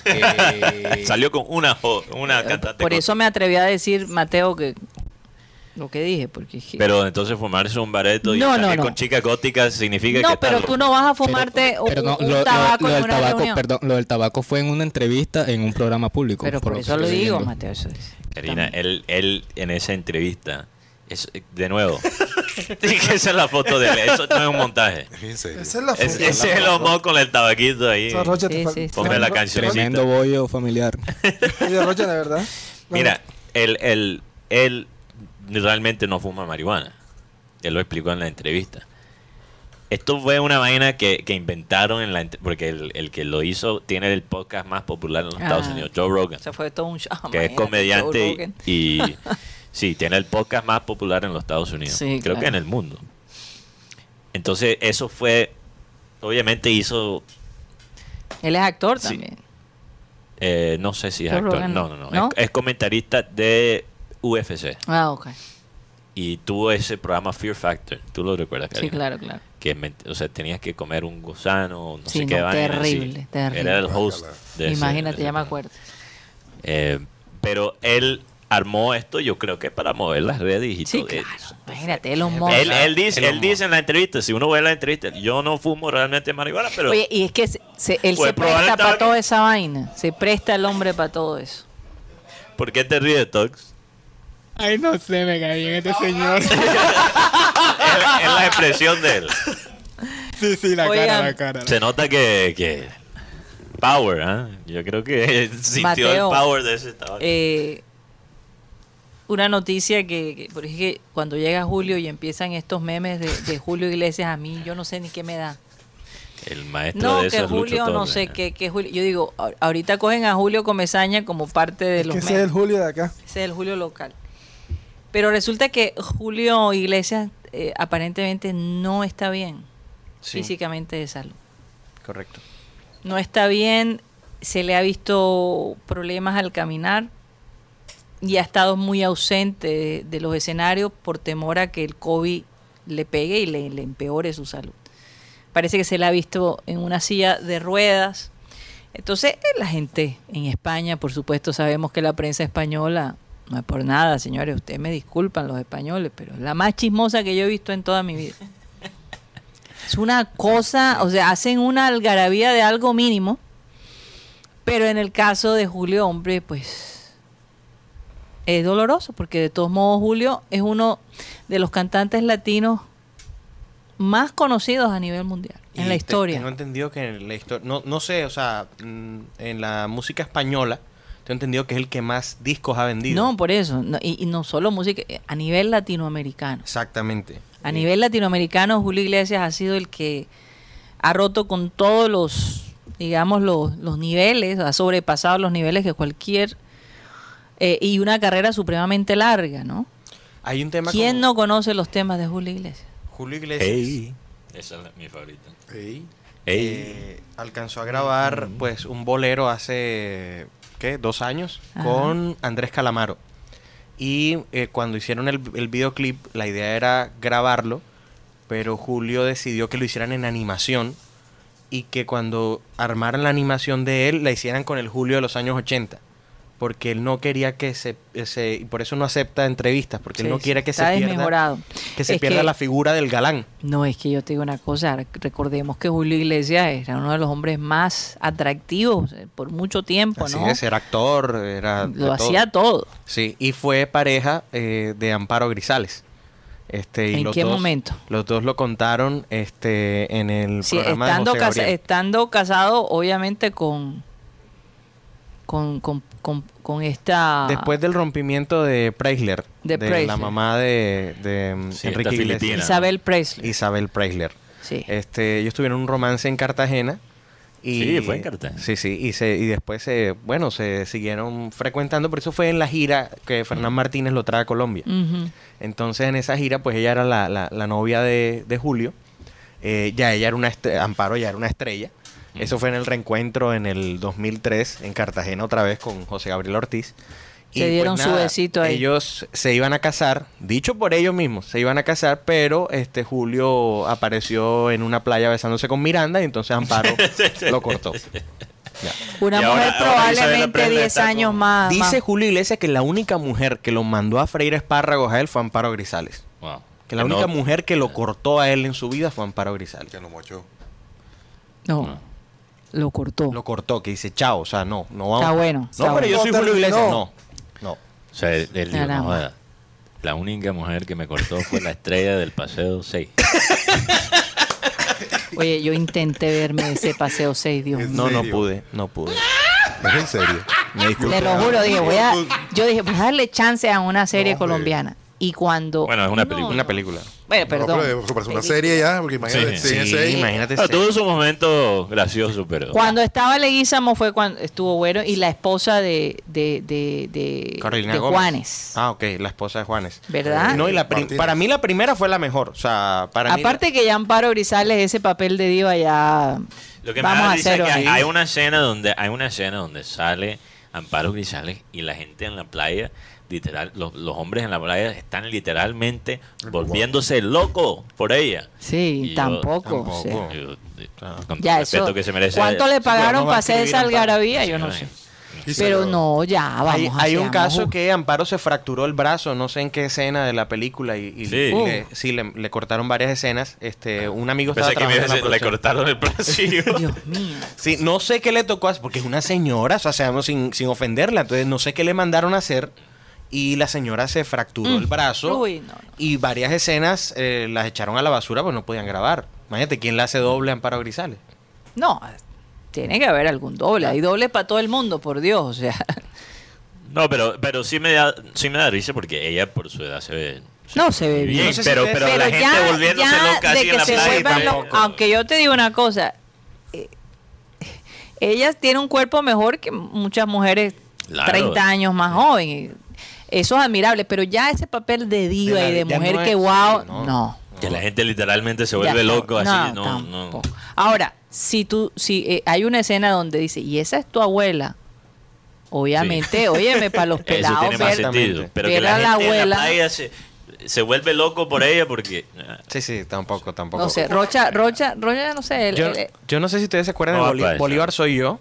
H: que...
D: Salió con una, jo- una
B: Eh,
D: cantante.
B: Por
D: con-
B: eso me atreví a decir, Mateo, que lo que dije, porque es que-
D: Pero entonces fumarse un bareto y
B: No, no,
D: salir
B: no.
D: con chicas góticas significa que
B: no,
D: está
B: pero
D: loco.
B: tú no vas a
H: Pero-
B: fumarte un,
H: pero no,
B: un
H: lo- lo-
B: tabaco
H: lo
B: en
H: del
B: una
H: tabaco,
B: reunión.
H: perdón, lo del tabaco fue en una entrevista en un programa público.
B: pero por
H: que
B: eso lo
H: estoy
B: digo,
H: viendo.
B: Mateo. Eso es-
D: Karina, eh, él, él en esa entrevista, es, eh, de nuevo, esa es la foto de él, eso no es un montaje.
G: Es en serio.
E: Esa es la
D: Es-
E: foto.
D: Ese es el homo con el tabaquito ahí.
E: Esa Rocha te
B: Sí,
E: fal-
B: sí, sí.
D: Ponme la
E: Ro-
D: cancioncita.
H: Tremendo bollo familiar.
E: Oye, Rocha, de verdad.
D: Mira, él, él, él realmente no fuma marihuana. Él lo explicó en la entrevista. Esto fue una vaina que, que inventaron en la ent- porque el, el que lo hizo tiene el podcast más popular en los
B: Ah.
D: Estados Unidos, Joe Rogan.
B: Eso fue todo un show. Ah,
D: que es
B: imagínate, Joe
D: comediante
B: Rogan.
D: y, y- sí, tiene el podcast más popular en los Estados Unidos.
B: Sí,
D: Creo que
B: claro.
D: en el mundo. Entonces, eso fue, obviamente hizo,
B: Él es actor
D: Sí.
B: también.
D: eh, no sé si es
B: Joe
D: actor,
B: Rogan
D: no, no, no,
B: ¿no?
D: Es, es comentarista de UFC
B: Ah, ok.
D: y tuvo ese programa Fear Factor, tú lo recuerdas,
B: Sí,
D: Karina?
B: claro, claro.
D: Que me- o sea, tenías que comer un gusano, no
B: Sí,
D: sé qué
B: no,
D: vaina, sí.
B: terrible, terrible.
D: Era el host. de ese- de
B: Imagínate,
D: ese
B: ya me
D: programa.
B: acuerdo.
D: Eh, pero él armó esto, yo creo que para mover las redes y
B: Sí,
D: todo.
B: claro.
D: Eh,
B: Imagínate, Elon Musk.
D: Él, él dice,
C: Elon
D: él dice en la entrevista, si uno ve la entrevista, yo no fumo realmente marihuana, pero
B: Oye, y es que se- se- él
D: Puede
B: se
D: probar
B: presta
D: Pues el
B: para
D: tabaco.
B: toda esa vaina. Se presta el hombre para todo eso.
D: ¿por qué te ríes, Tox?
H: Ay, no sé, me cae bien este señor.
D: es, es la expresión de él.
H: sí, sí, la
B: Oigan.
H: cara, la cara.
D: Se nota que... que power, ¿ah? Yo creo que sintió
B: Mateo,
D: el power de ese tabaco.
B: Eh, una noticia que, que- porque es que cuando llega julio y empiezan estos memes de, de Julio Iglesias, a mí yo no sé ni qué me da.
D: el maestro
B: No,
D: de
B: que
D: eso es Lucho
B: Julio, no
D: Torres,
B: sé
D: ¿eh?
B: qué, qué Julio. Yo digo, a- ahorita cogen a Julio Comezaña como parte de
E: Es
B: los
E: que
B: memes.
E: ese es el Julio de acá.
B: Ese es el Julio local. Pero resulta que Julio Iglesias eh, aparentemente no está bien
C: Sí.
B: físicamente de salud.
C: Correcto.
B: No está bien, se le ha visto problemas al caminar y ha estado muy ausente de, de los escenarios por temor a que el COVID le pegue y le, le empeore su salud. Parece que se le ha visto en una silla de ruedas. Entonces, eh, la gente en España, por supuesto, sabemos que la prensa española, no es por nada, señores, ustedes me disculpan los españoles, pero es la más chismosa que yo he visto en toda mi vida. Es una cosa, o sea, hacen una algarabía de algo mínimo, pero en el caso de Julio, hombre, pues es doloroso, porque de todos modos Julio es uno de los cantantes latinos más conocidos a nivel mundial, en
C: Y
B: la
C: te-
B: historia.
C: Tengo entendido que en la historia. No, no sé, o sea, mm, en la música española, tengo entendido que es el que más discos ha vendido.
B: No, por eso. no, y, y no solo música, eh, a nivel latinoamericano.
C: Exactamente.
B: A
C: Y-
B: nivel latinoamericano, Julio Iglesias ha sido el que ha roto con todos los, digamos, los, los niveles, ha sobrepasado los niveles que cualquier... eh, y una carrera supremamente larga, ¿no?
C: Hay un tema
B: ¿Quién
C: con
B: no conoce los temas de Julio Iglesias?
C: Julio Iglesias.
D: Ey. Esa es la- mi favorita.
G: Ey.
D: Ey.
C: eh, alcanzó a grabar pues un bolero hace ¿qué? dos años
B: Ajá.
C: con Andrés Calamaro. Y eh, cuando hicieron el, el videoclip, la idea era grabarlo, pero Julio decidió que lo hicieran en animación y que cuando armaran la animación de él, la hicieran con el Julio de los años 80. porque él no quería que se, se- y por eso no acepta entrevistas, porque él no quiere que se
B: está
C: pierda,
B: desmejorado.
C: que se
B: Es
C: pierda
B: que-
C: la figura del galán.
B: No, es que yo te digo una cosa, rec- recordemos que Julio Iglesias era uno de los hombres más atractivos eh, por mucho tiempo,
C: Así
B: ¿no?
C: es, era actor, era de
B: Lo hacía todo.
C: Sí, y fue pareja eh, de Amparo Grisales. Este, y
B: ¿En
C: los
B: qué
C: dos-
B: momento?
C: Los dos lo contaron este, en el
B: Sí,
C: programa
B: estando, eh,
C: de José
B: casa-
C: Gabriel.
B: estando casado, obviamente, con con, con, con- con esta...
C: Después del rompimiento de Preisler,
B: ah. De
C: de,
B: Preisler.
C: la mamá de, de mm,
D: Sí,
C: Enrique
D: esta
C: Iglesias,
D: filipina.
B: Isabel Presley.
C: Isabel Preisler.
B: sí.
C: Este, ellos tuvieron un romance en Cartagena. Y,
D: Sí, fue en Cartagena.
C: Sí, sí, y, se, y después se, bueno, se siguieron frecuentando, por eso fue en la gira que Fernán Martínez lo trae a Colombia.
B: Ujú.
C: Entonces en esa gira, pues ella era la, la- la novia de, de Julio. Eh, ya ella era una estre- Amparo ya era una estrella. Eso fue en el reencuentro en el 2003 en Cartagena otra vez con José Gabriel Ortiz. pues,
B: Se dieron su besito ahí.
C: Ellos se iban a casar, dicho por ellos mismos, se iban a casar, pero este Julio apareció en una playa besándose con Miranda y entonces Amparo lo cortó.
B: Una mujer
D: Y ahora- ahora Isabel
B: probablemente
D: Presley
B: 10
D: está
B: años
D: con-
B: más.
C: Dice
B: más.
C: Julio Iglesias que la única mujer que lo mandó a freír espárragos a él fue Amparo Grisales.
D: Wow.
C: Que la
D: No-
C: única mujer que lo cortó a él en su vida fue Amparo Grisales.
G: Que lo mochó.
B: No,
D: No.
B: lo cortó.
C: Lo cortó, que dice chao, o sea, no, no vamos.
B: Está bueno,
C: No,
B: está
C: pero
B: bueno.
C: yo soy
E: No,
C: Julio
E: terminó.
C: Iglesias. No, no.
D: O sea, él, él dijo,
B: Caramba.
D: "No joda, la única mujer que me cortó fue la estrella del paseo 6.
B: Oye, yo intenté verme ese paseo 6, Dios mío.
C: No, no
G: serio?
C: pude, no pude.
G: Es en serio.
C: Me disculpo.
B: Te lo juro, dije, voy a,
D: pues-
B: yo dije, voy a darle chance a una serie
G: No, hombre.
B: colombiana. Y cuando...
D: Bueno, es una película.
C: Una película.
B: Bueno, perdón.
G: No, pero eso parece una serie ya, porque imagínate.
D: Sí,
G: Sí,
C: Sí, imagínate.
D: Ah,
C: ese-
D: tuvo su momento gracioso, pero...
B: Cuando estaba Leguizamo fue cuando estuvo bueno y la esposa de, de, de, de,
C: Carolina
B: de
C: Gómez.
B: Juanes. Ah.
C: Ah, ok, la esposa de Juanes.
B: ¿Verdad?
C: No, y la prim-
G: Martínez.
C: para mí la primera fue la mejor. O sea, para mí.
B: Aparte que ya Amparo Grisales, ese papel de diva ya
D: Lo que
B: vamos
D: me da
B: a
D: risa
B: hacer
D: es que
B: hoy.
D: hay, hay una escena donde hay una escena donde sale Amparo Grisales y la gente en la playa, literal, los, los hombres en la playa están literalmente volviéndose locos por ella.
B: Sí,
D: Y yo-
B: tampoco. o sea,
C: tampoco.
D: Yo- eh, con
B: Ya,
D: el respeto
B: eso-
D: que se merece.
B: ¿Cuánto le pagaron
C: vamos a
B: para hacer
C: escribir
B: esa
C: Amparo.
B: algarabía? Yo no
D: eh.
B: sé. Pero no, ya, vamos
C: hay,
B: a
C: hay
B: hacer
C: un
B: algo
C: caso
B: justo.
C: que Amparo se fracturó el brazo, no sé en qué escena de la película y, y
D: Sí.
C: le-
D: Uh.
C: le, sí, le, le cortaron varias escenas. Este, un amigo estaba
D: Pensé que me
C: trabajando en la
D: le
C: producción.
D: cortaron el brazo.
B: Dios mío.
C: Sí, no sé qué le tocó hacer, porque es una señora, o sea, seamos sin, sin ofenderla, entonces no sé qué le mandaron a hacer y la señora se fracturó el brazo
B: Mm. Uy, no, no.
C: y varias escenas eh, las echaron a la basura pues no podían grabar. Imagínate, ¿quién la hace doble a Amparo Grisales?
B: No, tiene que haber algún doble. Hay dobles para todo el mundo, por Dios. O sea,
D: No, pero, pero sí, me da, sí me da risa porque ella por su edad se ve.
B: no se ve bien.
D: Bien,
C: No sé si
D: pero,
C: ustedes-
D: pero, la gente volviéndose
B: ya de
D: loca así en
B: que
D: la
B: se
D: playa.
B: vuelvan
D: sí,
B: lo-
D: tampoco.
B: aunque yo te digo una cosa, eh, ellas tienen un cuerpo mejor que muchas mujeres
D: Claro.
B: 30 años más jóvenes. Eso es admirable, pero ya ese papel de diva
C: De la-
B: y de
C: ya
B: mujer
C: no es-
B: que wow,
C: sí,
B: no.
C: no.
D: Que la gente literalmente se
B: Ya
D: vuelve
B: no,
D: loco así. No, no.
B: tampoco. Ahora, si tú, si eh, hay una escena donde dice, y esa es tu abuela, obviamente, óyeme, para los
D: Eso
B: pelados,
D: tiene más
B: ver-
D: sentido. Pero que
B: ver
D: la
B: a
D: gente
B: la
D: en
B: abuela-
D: la playa se, se vuelve loco por ella porque... ah,
C: Sí, sí, tampoco, tampoco.
B: no sé, Rocha, Rocha, Rocha, no sé, el-
C: yo,
B: el-
C: yo no sé si ustedes se acuerdan
D: No
C: de
D: va
C: Bolí-
D: para esa.
C: Bolívar Soy Yo,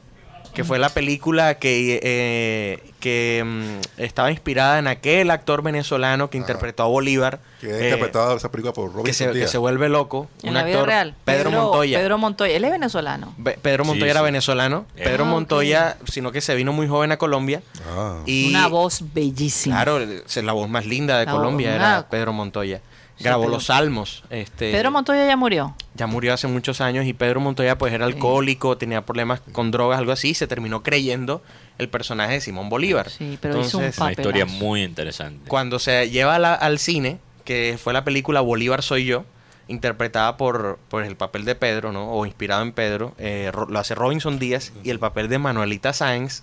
C: que fue la película que, eh, que mm, estaba inspirada en aquel actor venezolano que interpretó a Bolívar.
G: Que
C: eh,
G: interpretaba esa película por Robin
C: que se, que se vuelve loco.
B: En
C: un
B: la vida
C: actor,
B: real.
C: Pedro, Montoya.
B: Pedro Montoya. Él es venezolano.
C: Ve- Pedro Montoya
D: Sí,
C: era
D: sí.
C: venezolano.
D: Ah,
C: Pedro
B: ok.
C: Montoya, sino que se vino muy joven a Colombia.
G: Ah.
C: Y,
B: Una voz bellísima.
C: Claro, es la voz más linda de
B: La
C: Colombia
B: voz-
C: era
B: una-
C: Pedro Montoya.
B: Sí,
C: Grabó
B: Pedro-
C: los salmos. Este,
B: Pedro Montoya ya murió.
C: ya murió hace muchos años y Pedro Montoya pues era alcohólico, tenía problemas con drogas, algo así, y se terminó creyendo el personaje de Simón Bolívar.
B: Sí, pero hizo un
C: Entonces,
D: Una historia
B: Papelazo.
D: muy interesante.
C: cuando se lleva a la- al cine, que fue la película Bolívar Soy Yo, interpretada por, por el papel de Pedro, ¿no? O inspirado en Pedro, eh, Ro- lo hace Robinson Díaz, y el papel de Manuelita Sáenz,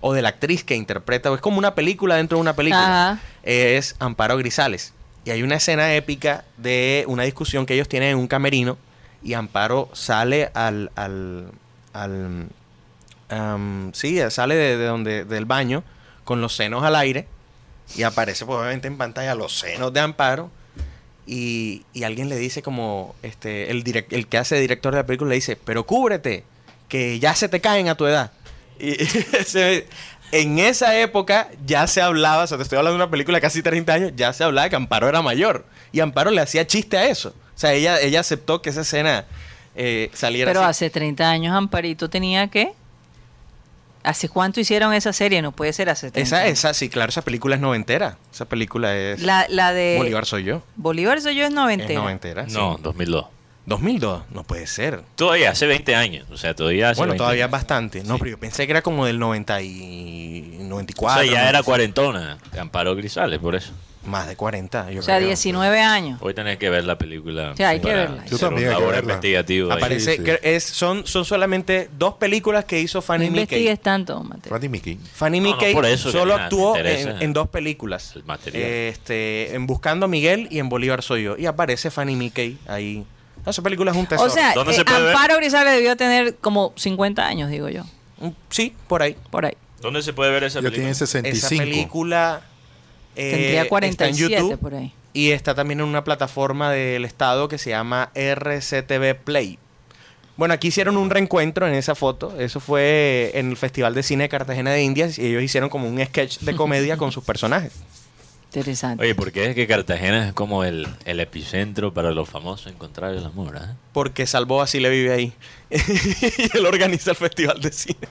C: o de la actriz que interpreta, o es como una película dentro de una película,
B: Ajá.
C: eh, es Amparo Grisales. Y hay una escena épica de una discusión que ellos tienen en un camerino, y Amparo sale al... al, al am, sí, sale de, de donde, del baño con los senos al aire y aparece pues, obviamente en pantalla los senos de Amparo y, y alguien le dice como este el direc- el que hace de director de la película le dice pero cúbrete que ya se te caen a tu edad y ese- En esa época ya se hablaba, o sea, te estoy hablando de una película de casi 30 años, ya se hablaba de que Amparo era mayor. Y Amparo le hacía chiste a eso. O sea, ella, ella aceptó que esa escena eh, saliera
B: Pero
C: así.
B: hace 30 años Amparito tenía que... ¿Hace cuánto hicieron esa serie? No puede ser hace 30
C: Esa,
B: años.
C: esa, sí, claro, esa película es noventera. Esa película es
B: La, la de...
C: Bolívar soy yo.
B: Bolívar soy yo es
C: Es
B: noventero.
C: noventera. sí.
D: No, 2002.
C: 2002, no puede ser.
D: Todavía hace 20 años. O sea, todavía hace
C: Bueno,
D: 20
C: todavía
D: años.
C: bastante. No, pero yo pensé que era como del 90 y
D: O
C: 94.
D: sea, ya era
C: 95.
D: cuarentona. Amparo Grisales, por eso.
C: Más de 40. Yo
B: O sea,
C: creo.
B: 19 años.
D: Hoy tenés que ver la película.
B: Sí, hay que
D: para
B: verla.
G: Yo
D: hacer
G: también
D: un
G: hay que
D: labor
G: verla.
D: investigativo ahí.
C: Aparece,
G: Sí, sí.
C: que es- son, son solamente dos películas que hizo
B: No
C: Fanny Mickey.
B: investigues tanto, Mateo.
G: Fanny Mickey.
C: Fanny
D: No, no,
C: Mickey
D: por eso que
C: solo
D: a mí me
C: actuó
D: interesa
C: en, en dos películas.
D: el material.
C: Este, en Buscando a Miguel y en Bolívar Soy Yo. Y aparece Fanny Mickey ahí. No, Esa película es un tesoro.
B: O sea,
D: ¿Dónde
B: eh,
D: se puede ver?
B: Amparo Grisales debió tener como 50 años, digo yo,
C: Mm, sí, por ahí.
B: por ahí.
D: ¿Dónde se puede ver esa
G: Ya tiene
D: película?
C: Esa
G: 65.
C: película eh,
B: Tendría
C: está en
B: 47
C: YouTube
B: por ahí.
C: y está también en una plataforma del estado que se llama RCTV Play. Bueno, aquí hicieron un reencuentro en esa foto. Eso fue en el Festival de Cine de Cartagena de Indias y ellos hicieron como un sketch de comedia con sus personajes.
B: Interesante.
D: Oye, porque es que Cartagena es como el, el epicentro para los famosos encontrar el amor, ¿ah?
C: Porque Salvo así le vive ahí. y él organiza el Festival de Cine.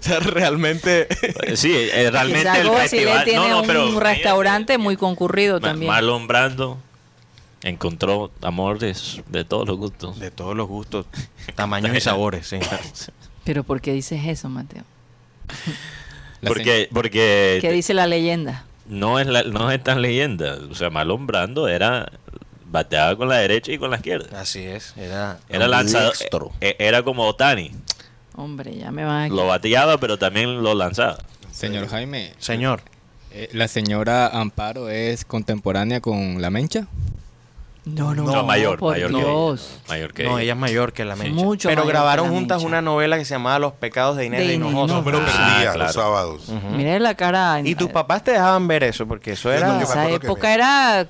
C: o sea, realmente...
D: Eh, Sí, eh, realmente
B: Quizá
D: el
B: Goscinny
D: festival...
B: tiene
D: no, no,
B: un
D: pero eh,
B: restaurante muy concurrido
D: Ma-
B: también.
D: Marlon Brando encontró amor de, s- de todos los gustos.
C: De todos los gustos, tamaños y sabores, sí.
B: Pero ¿por qué dices eso, Mateo?
H: La
D: Porque, porque
B: ¿Qué dice la leyenda?
D: no es la, no es tan leyenda. O sea, Marlon Brando era bateaba con la derecha y con la izquierda.
C: Así es, era...
D: Era lanzador.
C: Dextro.
D: e- Era como Otani.
B: Hombre, ya me van a...
D: Lo bateaba, pero también lo lanzaba.
H: Señor Jaime,
C: Señor.
H: eh, ¿la señora Amparo es contemporánea con La Mencha?
B: No, no,
D: No, mayor,
B: por
D: mayor que ella.
B: Dios.
D: Mayor que
C: No,
D: ella.
C: ella es mayor que la Mencha.
B: Mucho
C: pero
B: mayor
C: grabaron
B: que la
C: juntas
B: Mencha.
C: una novela que se llamaba Los pecados de Inés
B: De
C: de
B: Inés
C: Hinojosa.
B: Hinojosa.
G: Número
D: Ah,
G: perdía
D: claro.
G: los sábados.
B: Mira la cara.
C: Y tus
B: eh,
C: papás te dejaban ver eso, porque eso
G: Yo
C: era...
G: no, yo me
B: esa
G: acuerdo que
B: época
G: me-
B: era...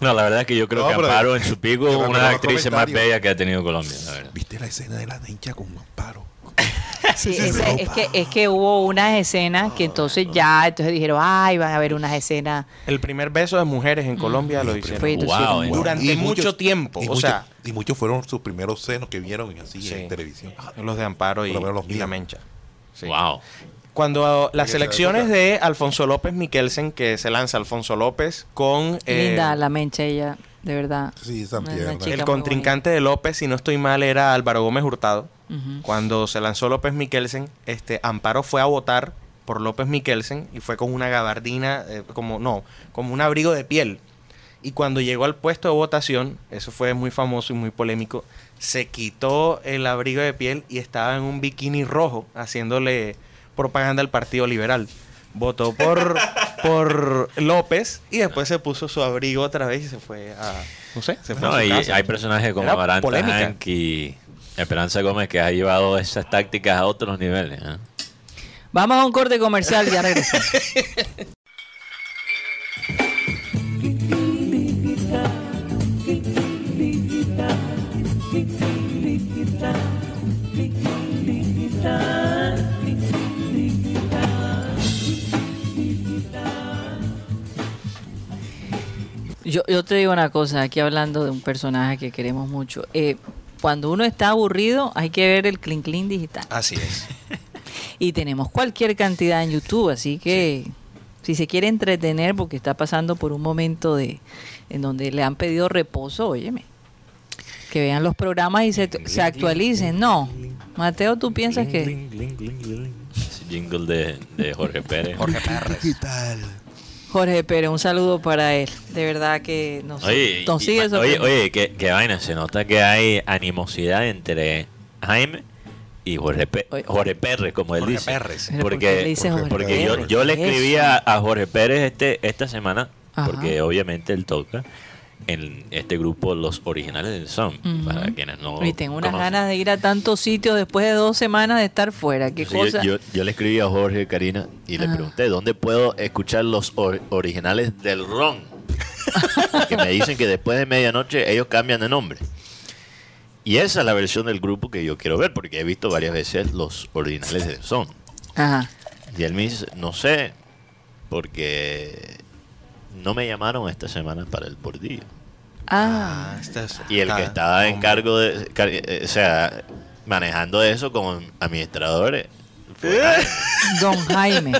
D: No, la verdad es que yo creo
G: No,
D: que
G: pero-
D: Amparo en su pico
G: pero
D: es una de
G: los
D: las actrices más
G: comentarios.
D: bellas que ha tenido Colombia. la verdad.
G: ¿Viste la escena de la ninja con Amparo?
B: Sí, es, es que, es que hubo unas escenas que entonces ya, entonces dijeron, ay, van a haber unas escenas.
C: El primer beso de mujeres en Colombia lo hicieron.
B: Fue-
D: Wow,
B: Wow,
D: ¿eh?
C: Durante
G: Y
C: mucho
G: muchos-
C: tiempo,
G: y
C: o
G: muchos-
C: sea-
G: y muchos fueron sus primeros senos que vieron así
C: Sí. Ah.
G: en televisión.
C: Los de Amparo y,
G: Por lo menos los
C: y
G: míos.
C: la Mencha. Sí.
D: Wow.
C: Cuando las
G: esa
C: elecciones
G: época-
C: de Alfonso López Miquelsen, que se lanza Alfonso López con eh,
B: Linda la mencha ella, de verdad.
G: Sí, esa
B: Una- una
G: pierna.
B: chica
C: el
B: muy
C: contrincante de López, si no estoy mal, era Álvaro Gómez Hurtado.
B: bonita. Ujú.
C: Cuando se lanzó López Miquelsen, este, Amparo fue a votar por López Miquelsen y fue con una gabardina, eh, como no, como un abrigo de piel. Y cuando llegó al puesto de votación, eso fue muy famoso y muy polémico, se quitó el abrigo de piel y estaba en un bikini rojo haciéndole propaganda al Partido Liberal. Votó por, por López y después se puso su abrigo otra vez y se fue a... No sé, se fue
D: No,
C: a su
D: y
C: casa.
D: hay personajes como
C: Era
D: Amaranta
C: polémica.
D: Hank y Esperanza Gómez que ha llevado esas tácticas a otros niveles. ¿eh?
B: Vamos a un corte comercial, ya regresamos. Yo, yo te digo una cosa, aquí hablando de un personaje que queremos mucho. Eh, cuando uno está aburrido, hay que ver el Clean Clean digital.
C: Así es.
B: Y tenemos cualquier cantidad en YouTube, así que si se quiere entretener porque está pasando por un momento de en donde le han pedido reposo, óyeme. Que vean los programas y se, se actualicen. No, Mateo, ¿tú piensas que...?
D: Ese jingle de, de Jorge Pérez.
C: Jorge Pérez.
B: Jorge Pérez, un saludo para él. De verdad que nos,
D: Oye,
B: nos
D: y-
B: sigue
D: y- oye,
B: sorprendiendo.
D: oye, qué, qué vaina, se nota que hay animosidad entre Jaime y Jorge, Pe-
B: Oye.
D: Jorge Pérez, como él
C: Jorge
D: dice.
C: Pérez.
B: Pero ¿por qué le
D: Porque,
B: dices
D: porque,
B: Jorge
D: porque yo,
B: Pérez?
D: yo le
B: ¿Qué es
D: escribí
B: eso?
D: a, a Jorge Pérez este, esta semana,
B: Ajá.
D: porque obviamente él toca en este grupo Los Originales del Sound,
B: Ujú.
D: para quienes no
B: y tengo unas
D: conocen.
B: ganas de ir a tantos sitios después de dos semanas de estar fuera. ¿Qué
D: Entonces,
B: cosa?
D: Yo, yo- yo le escribí a Jorge Karina y le
B: Ajá.
D: pregunté dónde puedo escuchar los or- originales del ron. que me dicen que después de medianoche ellos cambian de nombre. Y esa es la versión del grupo que yo quiero ver, porque he visto varias veces los originales del son.
B: Ajá.
D: Yelmis, no sé, porque no me llamaron esta semana para el bordillo.
B: Ah,
C: esta es-
D: Y el que
C: ah,
D: estaba en
C: hombre.
D: cargo de. car- eh, o sea, manejando eso como administradores. fue
C: ¿Eh?
D: Jaime.
B: don Jaime.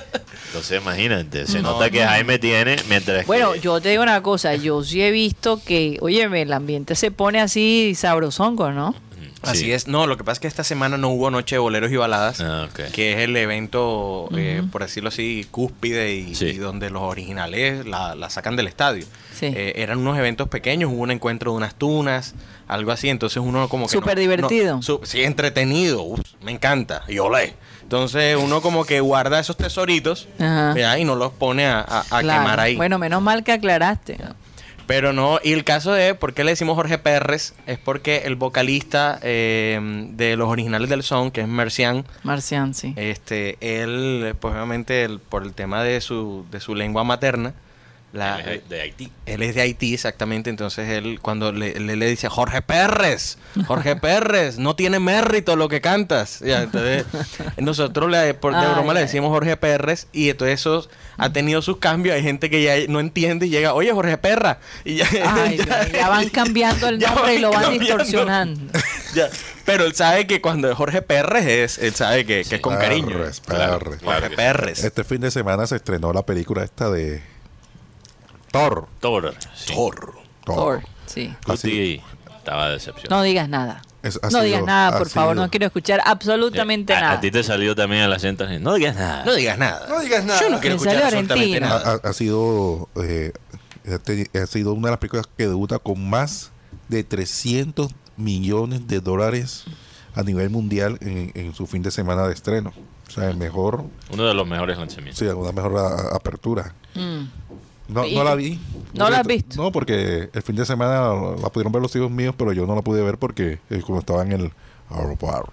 D: Entonces, imagínate, se
C: No,
D: nota que
C: no.
D: Jaime tiene. mientras
B: Bueno,
D: que-
B: yo te digo una cosa, yo sí he visto que, óyeme, el ambiente se pone así sabrosongo, ¿no?
D: Mm,
C: Así
D: sí.
C: es. No, lo que pasa es que esta semana no hubo Noche de Boleros y Baladas,
D: Ah, ok.
C: que es el evento, eh, por decirlo así, cúspide y,
D: Sí.
C: y donde los originales la, la sacan del estadio.
B: Sí.
C: Eh, eran unos eventos pequeños, hubo un encuentro de unas tunas, algo así, entonces uno como que... no-
B: Súper divertido.
C: no- su- sí, entretenido, uf, me encanta, y olé. Entonces uno como que guarda esos tesoritos
B: Ajá.
C: ¿verdad? y no los pone a, a- a
B: Claro.
C: quemar ahí.
B: Bueno, menos mal que aclaraste.
C: Pero no, y el caso de por qué le decimos Jorge Pérez es porque el vocalista eh, de los originales del son, que es Mercian,
B: Marcian, sí.
C: este, él, pues obviamente, él, por el tema de su, de su lengua materna, la,
D: Jaime es de Haití.
C: él es de Haití exactamente, entonces él cuando le, le, le dice Jorge Pérez, Jorge Pérez, no tiene mérito lo que cantas. Ya, entonces, nosotros le, por, de
B: Ay,
C: broma le
B: ay.
C: decimos Jorge Pérez y entonces eso ha tenido sus cambios, hay gente que ya no entiende y llega, oye Jorge Perra, y ya,
B: Ay, Dios, ya, van cambiando el
C: ya
B: nombre y lo van
C: cambiando.
B: distorsionando.
C: Ya, Pero él sabe que cuando es Jorge Pérez es, él sabe que, que es
E: ah,
C: con cariño. eh.
G: Perres,
D: Claro,
G: perres.
D: claro
C: Jorge
D: que sí.
E: Eh,
C: Pérez.
G: Este fin de semana se estrenó la película esta de Thor.
D: Thor. sí.
G: Oh.
B: Thor, sí.
D: Guti estaba decepcionado.
B: No digas nada.
G: Es- ha
B: no digas
G: sido-
B: nada,
G: ha
B: por favor.
G: sido.
B: No quiero escuchar absolutamente
D: Eh, a-
B: nada.
D: A, ti te salió también el acento argentino. No digas nada.
C: No digas nada.
E: No digas nada. Ah,
C: Yo no
B: Me
C: quiero escuchar
B: salió
C: absolutamente
B: argentino.
G: Ha,
C: nada.
G: ha- ha sido eh, ha teni- ha sido una de las películas que debuta con más de 300 millones de dólares a nivel mundial en, en su fin de semana de estreno. O sea, el mejor,
D: Uno de los mejores lanzamientos.
G: sí, una mejor a- a- apertura.
B: Mm.
G: No,
B: Sí.
G: no la vi.
B: ¿No la has
G: Porque-
B: visto?
G: No, porque el fin de semana la pudieron ver los hijos míos, pero yo no la pude ver porque eh, como estaba en el aeropuerto.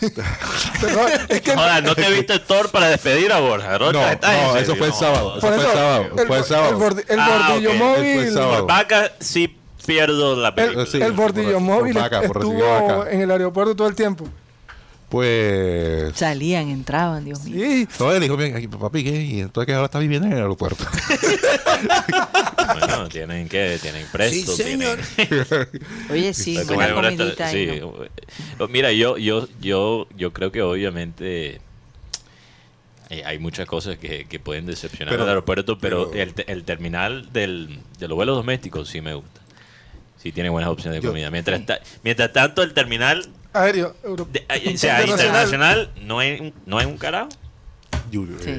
E: Pero es que
D: Joder, no te viste Thor para despedir a Borja.
G: No,
D: Rocha, ¿estás en
G: no,
D: serio?
G: eso fue el
D: No,
G: sábado. Eso
E: por
G: fue el
E: eso,
G: sábado.
E: el,
G: Fue el
E: bo- el
G: sábado.
E: bordi- el
D: Ah,
E: bordillo
D: ok.
G: Fue el
E: móvil.
D: Por
G: sábado.
D: vaca sí pierdo la película.
G: Eh, sí.
E: El
G: por-
E: bordillo
G: por
E: móvil
G: vaca, por recibir
E: estuvo
G: vaca.
E: en el aeropuerto todo el tiempo.
G: Pues
B: Salían, entraban, Dios mío.
E: Sí,
G: No, él dijo, bien, ay, papi, ¿qué? Y entonces que ahora está viviendo en el aeropuerto.
D: Bueno, tienen que, tienen presto.
I: Sí, señor.
D: tienen-
B: Oye, sí,
D: Está
B: buena
D: como en un
B: comidita ahí, ¿no?
D: restaurante, sí. Eh, Mira, yo, yo, yo, yo creo que obviamente eh, hay muchas cosas que, que pueden decepcionar
G: Pero-
D: al aeropuerto, pero,
G: pero-
D: el, te- el terminal del, de los vuelos domésticos sí me gusta. Sí tiene buenas opciones de
G: Yo-
D: comida. Mientras, ta- mientras tanto, el terminal
E: aéreo, euro-
D: de- eh, o sea, internacional no hay, un- no hay un carajo.
G: Yo, yo-
B: Sí.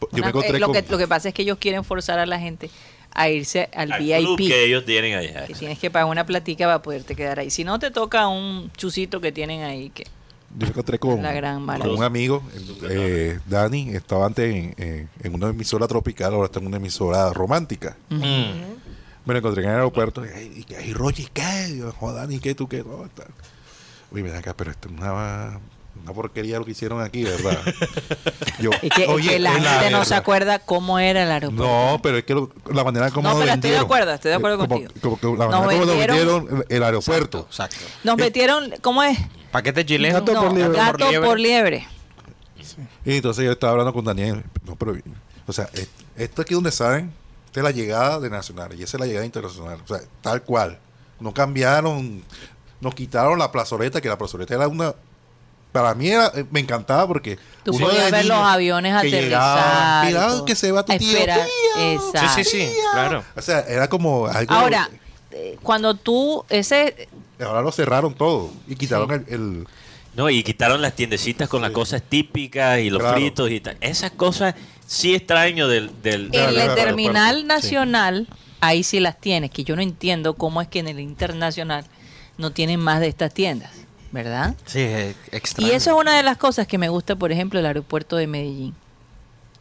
G: yo
B: Una-
G: me encontré
B: eh, lo,
G: con...
B: que, lo que pasa es que ellos quieren forzar a la gente a irse al,
D: Al club
B: VIP.
D: que
B: Que,
D: ellos tienen allá.
B: tienes que pagar una platica para poderte quedar ahí. Si no, te toca un chusito que tienen ahí. que
G: Yo me encontré con,
B: La gran mala.
G: con un amigo, eh, Dani, estaba antes en, en- en una emisora tropical, ahora está en una emisora romántica.
B: Mm.
G: Me lo encontré en el aeropuerto y, ay, y, que, ay, Roger, ¿qué? Y yo, joder, Dani, ¿qué tú qué? No, tal. Uy, ven acá, pero esto es una, una porquería lo que hicieron aquí, ¿verdad? Yo,
B: Es que, es
G: oye,
B: que la
G: es
B: gente no se
G: verdad.
B: acuerda cómo era el aeropuerto.
G: No, pero es que lo- la manera como
B: No,
G: lo
B: pero estoy de
G: vendieron. eh,
B: acuerdo, estoy de acuerdo
G: Como-
B: contigo.
G: como que la
B: Nos
G: manera como lo
B: vendieron-
G: vendieron el- el
E: ah,
G: aeropuerto.
C: Exacto.
B: Nos
G: Eh,
B: metieron, ¿cómo es?
C: Paquete chileno.
E: Gato
B: No,
E: por liebre.
B: gato
C: Gato por liebre.
B: por liebre.
G: Y entonces yo estaba hablando con Daniel. No, pero, o sea, es- esto aquí donde saben, esta es la llegada de Nacional y esa es la llegada internacional. O sea, tal cual. No cambiaron, nos quitaron la plazoleta, que la plazoleta era una. Para mí era- eh, me encantaba porque.
B: Tú
G: uno
B: podías
G: de
B: ver
G: niño
B: los aviones
G: que
B: aterrizar.
G: llegaba,
B: y
G: Mira
B: todo.
G: que se va tu
B: A
G: tío.
B: esperar.
G: tío".
C: Sí,
B: Exacto.
C: sí, sí, claro.
G: O sea, era como algo.
B: Ahora, eh, cuando tú, ese,
G: Ahora lo cerraron todo y quitaron el- el
D: No, y quitaron las tiendecitas con las cosas típicas y los
G: Claro.
D: fritos y tal. Esas cosas sí extraño del... del, del
B: en el
G: claro, claro.
B: terminal nacional, ahí sí las tienes, que yo no entiendo cómo es que en el internacional no tienen más de estas tiendas, ¿verdad?
C: Sí, es
B: Y
C: extraño.
B: eso es una de las cosas que me gusta, por ejemplo, el aeropuerto de Medellín.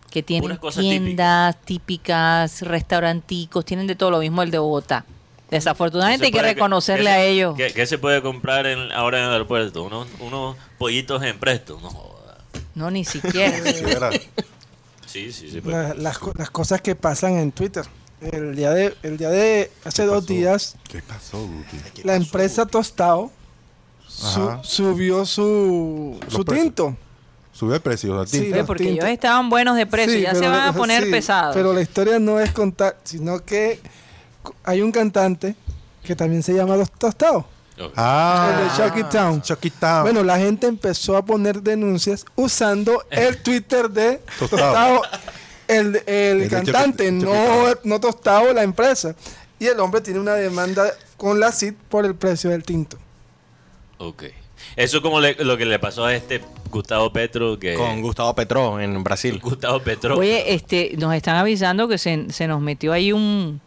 B: Que tienen
D: Puras cosas
B: tiendas típicas, restauranticos, tienen de todo lo mismo el de Bogotá. Desafortunadamente
D: ¿Qué se
B: hay que
D: puede-
B: reconocerle
D: qué se-
B: a ellos.
D: ¿Qué, qué se puede comprar en- ahora en el aeropuerto? Unos, unos pollitos en presto. No joda.
B: No, ni siquiera.
G: Era-
D: Sí, sí, pues.
G: pues,
D: sí.
E: la- las, co- las cosas que pasan en Twitter. El día de, el día de hace dos
G: pasó?
E: días,
G: ¿Qué pasó, Guti?
E: la empresa Tostado su-
G: Ajá.
E: subió su, su
G: precios.
E: tinto.
G: Subió el precio. ¿no?
E: Sí.
B: Oye,
E: los
B: porque
E: tintos.
B: ellos estaban buenos de precio,
E: Sí,
B: ya se
E: pero-
B: van a
E: o sea,
B: poner
E: sí,
B: pesados.
E: Pero la historia no es contar, sino que cu- hay un cantante que también se llama Los Tostados, el de
G: Ah,
E: Chucky Town.
G: Chucky Town.
E: Bueno, la gente empezó a poner denuncias usando
D: Eh.
E: el Twitter de
G: Tostado.
E: Tostado, el, el
G: El de
E: cantante,
G: Chucky- Chucky
E: no, no Tostado, la empresa. Y el hombre tiene una demanda con la CID por el precio del tinto.
D: Ok. Eso es como le- lo que le pasó a este Gustavo Petro que...
C: Con Gustavo Petro en Brasil.
D: Gustavo Petro.
B: Oye, este, nos están avisando que se, se nos metió ahí un,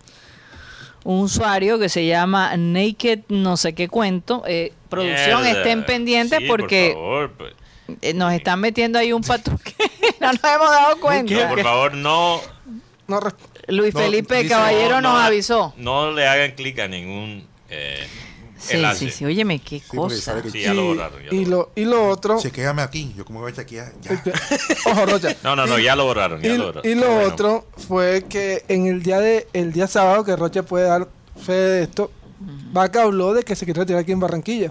B: un usuario que se llama Naked no sé qué cuento. Eh, producción,
D: Mierda.
B: estén pendientes
D: Sí, por
B: porque
D: favor, pues.
B: eh, nos están metiendo ahí un pato que no nos hemos dado
D: No,
B: cuenta.
D: por favor, no.
E: No resp-
B: Luis
G: No,
B: Felipe
G: dice-
B: Caballero
D: no,
B: nos
D: no,
B: avisó.
D: No le hagan clic a ningún eh,
B: Sí,
D: enlace.
B: sí, sí. Óyeme, qué
G: porque
B: cosa.
G: sale que-
D: Sí, ya lo borraron. ya
E: y,
D: lo
E: lo, y lo otro...
G: Chequéame aquí. Yo como voy a chequear. Ya.
E: Ojo, Rocha.
D: borraron. No, no, no, ya lo borraron.
E: Y,
D: Ya lo
E: y
D: borraron.
E: lo
D: Bueno,
E: otro fue que en el día de el día sábado que Rocha puede dar fe de esto, Vaca habló de que se quiere retirar aquí en Barranquilla.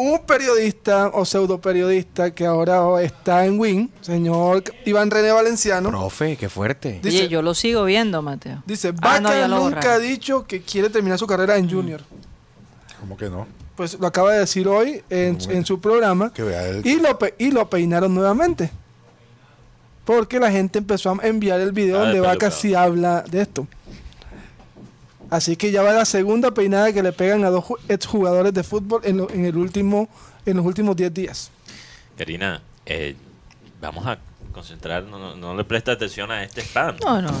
E: Un periodista o pseudo periodista que ahora está en Win, señor Iván René Valenciano,
C: Profe, qué fuerte.
E: dice-
B: Oye, yo lo sigo viendo, Mateo.
E: dice, Vaca
B: Ah, no, ya lo
E: nunca ha
B: borraron.
E: dicho que quiere terminar su carrera en Junior.
G: Como que no.
E: Pues lo acaba de decir hoy en, en su programa.
G: Que vea él.
E: Y lo, pe- y lo peinaron nuevamente. Porque la gente empezó a enviar el video
D: Ah,
E: donde Vaca
D: despelucado.
E: sí habla de esto. Así que ya va la segunda peinada que le pegan a dos ju- exjugadores de fútbol en, lo- en el último en los últimos 10 días.
D: Karina, eh, vamos a concentrarnos. No, no le presta atención a este spam.
B: No, no, no.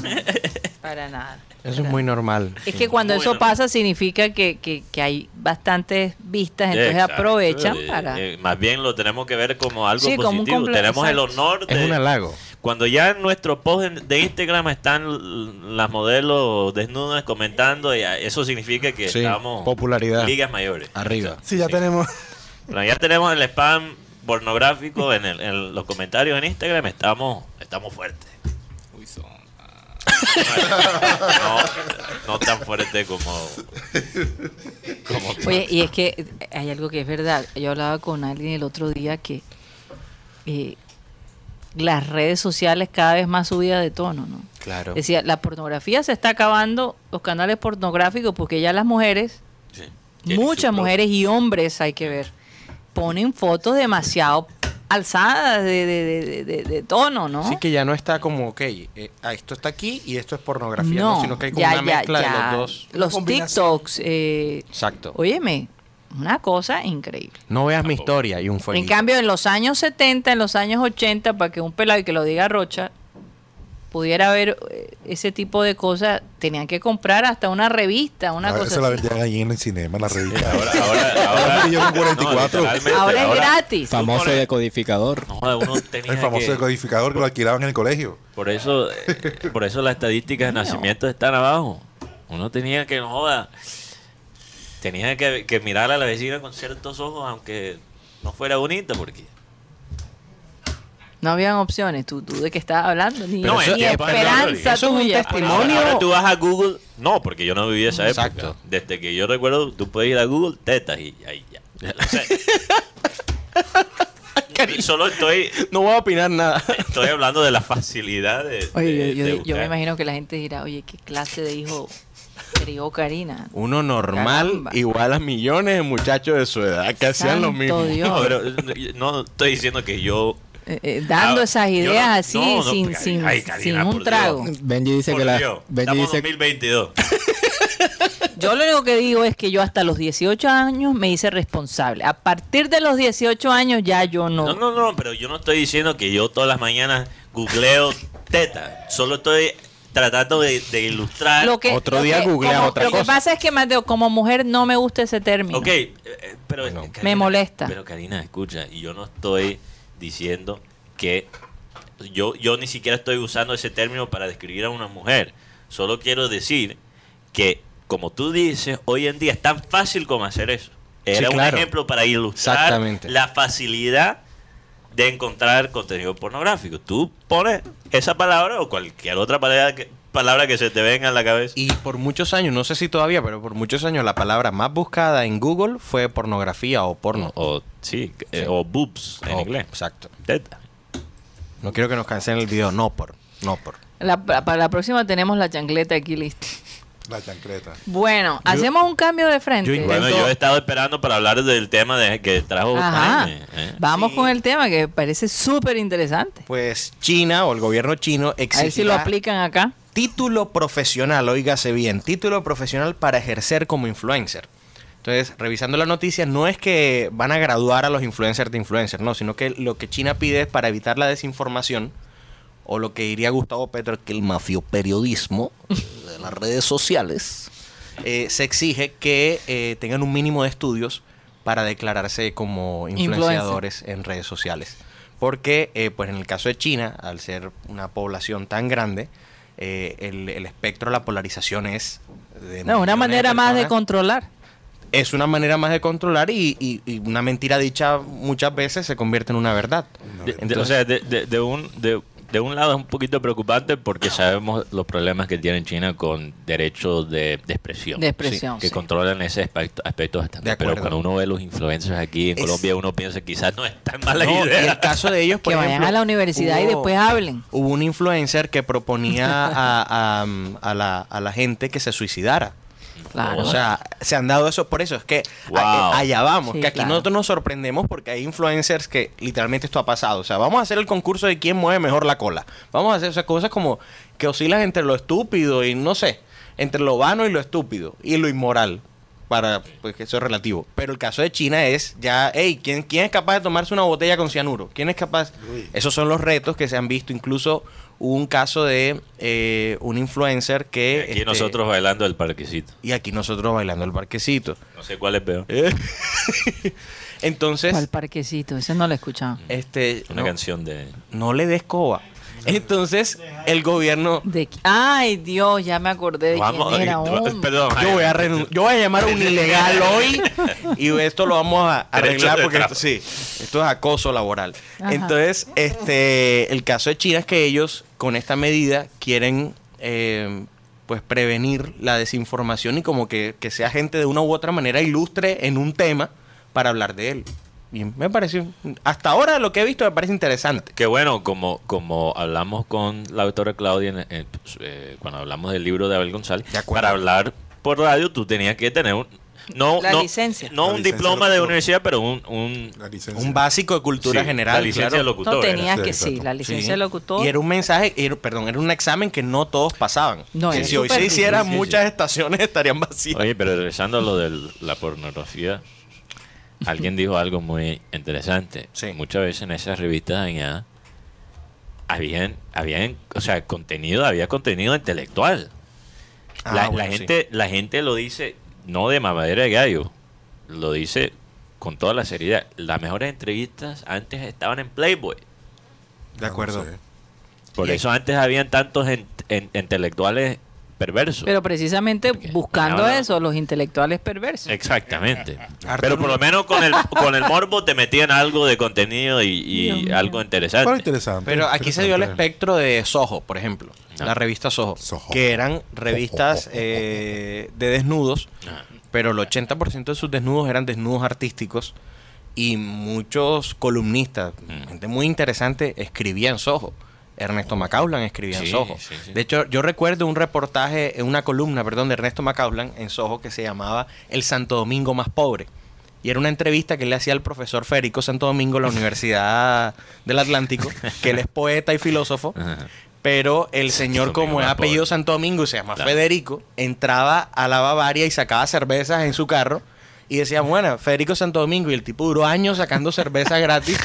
B: Para nada.
C: Eso es muy normal.
B: Es que cuando
D: Bueno.
B: eso pasa significa que, que- que hay bastantes vistas, entonces
D: Exacto.
B: aprovechan
D: Eh,
B: para...
D: eh, más bien lo tenemos que ver como algo
B: Sí, como un
D: positivo.
B: comple-
D: tenemos el
B: exacto.
D: honor de.
C: Es un halago.
D: Cuando ya en nuestro post en- de Instagram están l- las modelos desnudas comentando, ya eso significa que
C: Sí,
D: estamos
C: popularidad.
D: ligas mayores.
C: Arriba.
E: Sí, ya tenemos.
D: Bueno, ya tenemos el spam pornográfico en, el- en los comentarios en Instagram, estamos, estamos fuertes.
H: Uy, son- ah.
D: No, no tan fuerte como... como
B: Oye, y es que eh, hay algo que es verdad. Yo hablaba con alguien el otro día que eh, las redes sociales cada vez más subidas de tono, ¿no?
C: Claro.
B: Decía, la pornografía se está acabando, los canales pornográficos, porque ya las mujeres,
D: Sí.
B: muchas mujeres y hombres hay que ver, ponen fotos demasiado alzadas de, de- de- de- de- de tono, ¿no?
C: Así que ya no está como, ok, eh, ah, esto está aquí y esto es pornografía, no, sino que hay como
B: ya,
C: una
B: ya,
C: mezcla
B: ya.
C: de los dos.
E: Una
B: Los
E: combinación.
B: TikToks, eh,
C: Exacto.
B: óyeme, una cosa increíble.
C: No veas mi historia y un fuego.
B: En cambio, en los años 70, en los años 80, para que un pelado y que lo diga Rocha pudiera ver eh, ese tipo de cosas, tenían que comprar hasta una revista,
C: Ah,
B: una
G: A ver, se
B: cosa
G: Ah, la
B: así.
G: vendían ahí en el cinema, en la revista.
D: Ahora, ahora, ahora...
G: Yo con 44.
D: no, literalmente,
B: Ahora es gratis.
H: Famoso
D: Supone-
H: decodificador.
D: No, joda, uno tenía
G: El famoso
D: que-
G: decodificador que lo alquilaban en el colegio.
D: Por eso, eh, por eso las estadísticas de nacimiento están abajo. Uno tenía que, no joda, tenía que, que mirar a la vecina con ciertos ojos, aunque no fuera bonita, porque...
B: No habían opciones. ¿Tú, tú de qué estabas hablando? Ni,
D: Pero
B: ni
D: eso- eso-
B: esperanza
C: eso es un
B: tuya.
C: testimonio.
D: Ahora tú vas a Google, no, porque yo no viví esa época.
C: Exacto.
D: Desde que yo recuerdo, tú puedes ir a Google, tetas y ahí ya. O sea, y solo estoy,
C: No voy a opinar nada.
D: estoy hablando de la facilidad de,
B: Oye,
D: de-
B: yo,
D: de
B: yo- yo
D: buscar.
B: me imagino que la gente dirá, oye, ¿qué clase de hijo crió Karina?
C: Uno normal,
B: Caramba.
C: igual a millones de muchachos de su edad que hacían lo
B: Santo
C: mismo.
B: Dios.
D: No, pero eh, no estoy diciendo que yo
B: Eh, eh, dando
D: Ah,
B: esas
D: yo no-
B: ideas
D: no,
B: así,
D: no,
B: sin,
D: Karina,
B: sin,
D: ay, Karina,
B: sin
D: por
B: un
D: Dios.
B: trago.
H: Benji dice
D: Por
H: que la.
D: Dios,
H: Benji
D: estamos
H: dice,
D: en 2022.
B: Yo lo único que digo es que yo hasta los 18 años me hice responsable. A partir de los 18 años ya yo no.
D: No, no, no, pero yo no estoy diciendo que yo todas las mañanas googleo teta. Solo estoy tratando de, de ilustrar.
B: Lo que,
C: Otro
B: lo
C: día
B: que-
C: googleas
B: como-
C: otra
B: Lo que
C: cosa.
B: pasa es que, Mateo, como mujer no me gusta ese término.
D: Ok, eh, eh, pero. eh, Karina,
B: Me molesta.
D: Pero Karina, escucha, yo no estoy diciendo que. Yo, yo ni siquiera estoy usando ese término para describir a una mujer. Solo quiero decir que, como tú dices, hoy en día es tan fácil como hacer eso. Era
C: claro.
D: un ejemplo para ilustrar
C: Exactamente.
D: la facilidad de encontrar contenido pornográfico. Tú pones esa palabra o cualquier otra palabra que, palabras que se te vengan a la cabeza.
C: Y por muchos años, no sé si todavía, pero por muchos años la palabra más buscada en Google fue pornografía o porno.
D: O, sí, eh, o boobs en
C: O-
D: inglés.
C: Exacto.
D: Teta.
C: No quiero que nos cancelen el video, no por, no por.
B: La- pa- para la próxima tenemos la chancleta aquí lista.
G: La chancleta.
B: Bueno, hacemos un cambio de frente.
C: yo
D: Bueno, yo he estado esperando para hablar del tema de, que trajo
B: Ajá.
D: Jaime, ¿eh?
B: Vamos
C: Sí.
B: con el tema que parece súper interesante.
C: Pues China o el gobierno chino
B: A ver si lo
C: exigirá
B: aplican acá.
C: título profesional, oígase bien, título profesional para ejercer como influencer. Entonces, revisando la noticia, no es que van a graduar a los influencers de influencers, no, sino que lo que China pide es para evitar la desinformación, o lo que diría Gustavo Petro, que el mafioperiodismo de las redes sociales, eh, se exige que eh, tengan un mínimo de estudios para declararse como
B: Influencer.
C: influenciadores en redes sociales. Porque, eh, pues en el caso de China, al ser una población tan grande, eh, el, el espectro, la polarización es... de
B: No, una
C: millones
B: manera más de
C: personas
B: controlar.
C: es una manera más de controlar y, y- y una mentira dicha muchas veces se convierte en una verdad.
D: De- de- o
C: Entonces-
D: sea, de, de- de un, de, de un lado es un poquito preocupante porque sabemos los problemas que tiene China con derechos de, de expresión.
B: De expresión,
D: que
B: sí.
D: controlan ese aspecto, aspecto bastante.
C: De
D: Pero
C: acuerdo.
D: cuando uno ve los influencers aquí en
C: Es-
D: Colombia, uno piensa quizás no es tan mala
C: No, y el
D: idea.
C: caso de ellos, por
B: Que vayan
C: ejemplo,
B: a la universidad y después hablen.
C: Hubo un influencer que proponía a, a- a la, a la gente que se suicidara.
B: Claro.
C: O sea, se han dado eso por eso. Es que
D: Wow.
C: a- eh, allá vamos.
B: Sí,
C: que aquí
B: claro.
C: nosotros nos sorprendemos porque hay influencers que literalmente esto ha pasado. O sea, vamos a hacer el concurso de quién mueve mejor la cola. Vamos a hacer esas cosas como que oscilan entre lo estúpido y no sé, entre lo vano y lo estúpido y lo inmoral. Para, pues que eso es relativo. Pero el caso de China es ya, hey, ¿quién, ¿quién es capaz de tomarse una botella con cianuro? ¿Quién es capaz? Esos son los retos que se han visto. Incluso hubo un caso de eh, un influencer
D: Y
C: que.
D: aquí
C: este,
D: nosotros bailando el parquecito.
C: Y aquí nosotros bailando el parquecito.
D: No sé cuál es peor.
C: Eh, Entonces,
B: Al parquecito, ese no lo he escuchado.
C: este,
D: Una
C: no,
D: canción de...
C: no le des coba. Entonces, el gobierno,
B: De qui- Ay, Dios, ya me acordé de quién era.
D: eh,
B: hombre.
D: perdón.
C: yo voy a renun- yo voy a llamar a un ilegal hoy y esto lo vamos a
D: Derechos
C: arreglar
D: de
C: porque esto,
D: trabajo.
C: sí, esto es acoso laboral.
B: Ajá.
C: Entonces, este, el caso de China es que ellos con esta medida quieren, eh, pues, prevenir la desinformación y como que, que sea gente de una u otra manera ilustre en un tema para hablar de él. Y me parece, hasta ahora lo que he visto me parece interesante.
D: Que bueno, como, como hablamos con la doctora Claudia en- en- eh, cuando hablamos del libro de Abel González,
C: De acuerdo.
D: para hablar por radio tú tenías que tener un, no,
B: La
D: no-
B: licencia.
D: no
G: La
D: un
G: licencia
D: diploma de
G: locutor.
D: universidad, pero un, un
G: La licencia.
C: Un básico de cultura
D: sí,
C: general.
D: la licencia
C: claro.
D: de locutor.
B: No
D: era.
B: tenías
G: Sí,
B: que sí,
G: exacto.
B: la licencia
C: Sí.
B: de locutor.
C: Y era un mensaje, era- perdón, era un examen que no todos pasaban.
B: No,
C: Que
B: era
C: si hoy se
B: súper
C: hiciera,
D: difícil.
C: muchas estaciones estarían vacías.
D: Oye, pero regresando a lo de la pornografía, alguien dijo algo muy interesante.
C: Sí.
D: Muchas veces en esas revistas dañadas habían, habían, o sea, contenido, había contenido intelectual.
C: Ah,
D: la, la
C: bueno, sí.
D: gente, la gente lo dice no de mamadera de gallo, lo dice con toda la seriedad. Las mejores entrevistas antes estaban en Playboy.
C: De acuerdo.
G: No sé.
D: Por eso antes habían tantos en- en- intelectuales perversos.
B: Pero precisamente
D: Porque
B: buscando
D: hablaba-
B: eso, los intelectuales perversos.
D: Exactamente.
C: Arturo.
D: Pero por lo menos con el, con el morbo te metían algo de contenido y, y
B: Dios mío.
D: algo
G: Pero
D: interesante.
G: interesante.
C: Pero aquí se dio el
G: interesante.
C: espectro de Soho, por ejemplo.
D: Ah.
C: La revista Soho,
G: Soho.
C: Que eran revistas eh, de desnudos.
D: Ah.
C: Pero el 80% de sus desnudos eran desnudos artísticos. Y muchos columnistas,
D: Mm.
C: gente muy interesante, escribían Soho. Ernesto Macaulan escribía en
D: Sí,
C: Soho.
D: sí, sí.
C: De hecho, yo recuerdo un reportaje, eh, una columna, perdón, de Ernesto Macaulan en Soho que se llamaba El Santo Domingo más pobre. Y era una entrevista que le hacía al profesor Federico Santo Domingo de la Universidad del Atlántico, que él es poeta y filósofo.
D: Ajá.
C: Pero el
D: Santo
C: señor,
D: Domingo
C: como es
D: más
C: apellido
D: pobre.
C: Santo Domingo y se llama
D: Claro.
C: Federico, entraba a la Bavaria y sacaba cervezas en su carro. Y decía, bueno, Federico Santo Domingo. Y el tipo duró años sacando cerveza gratis.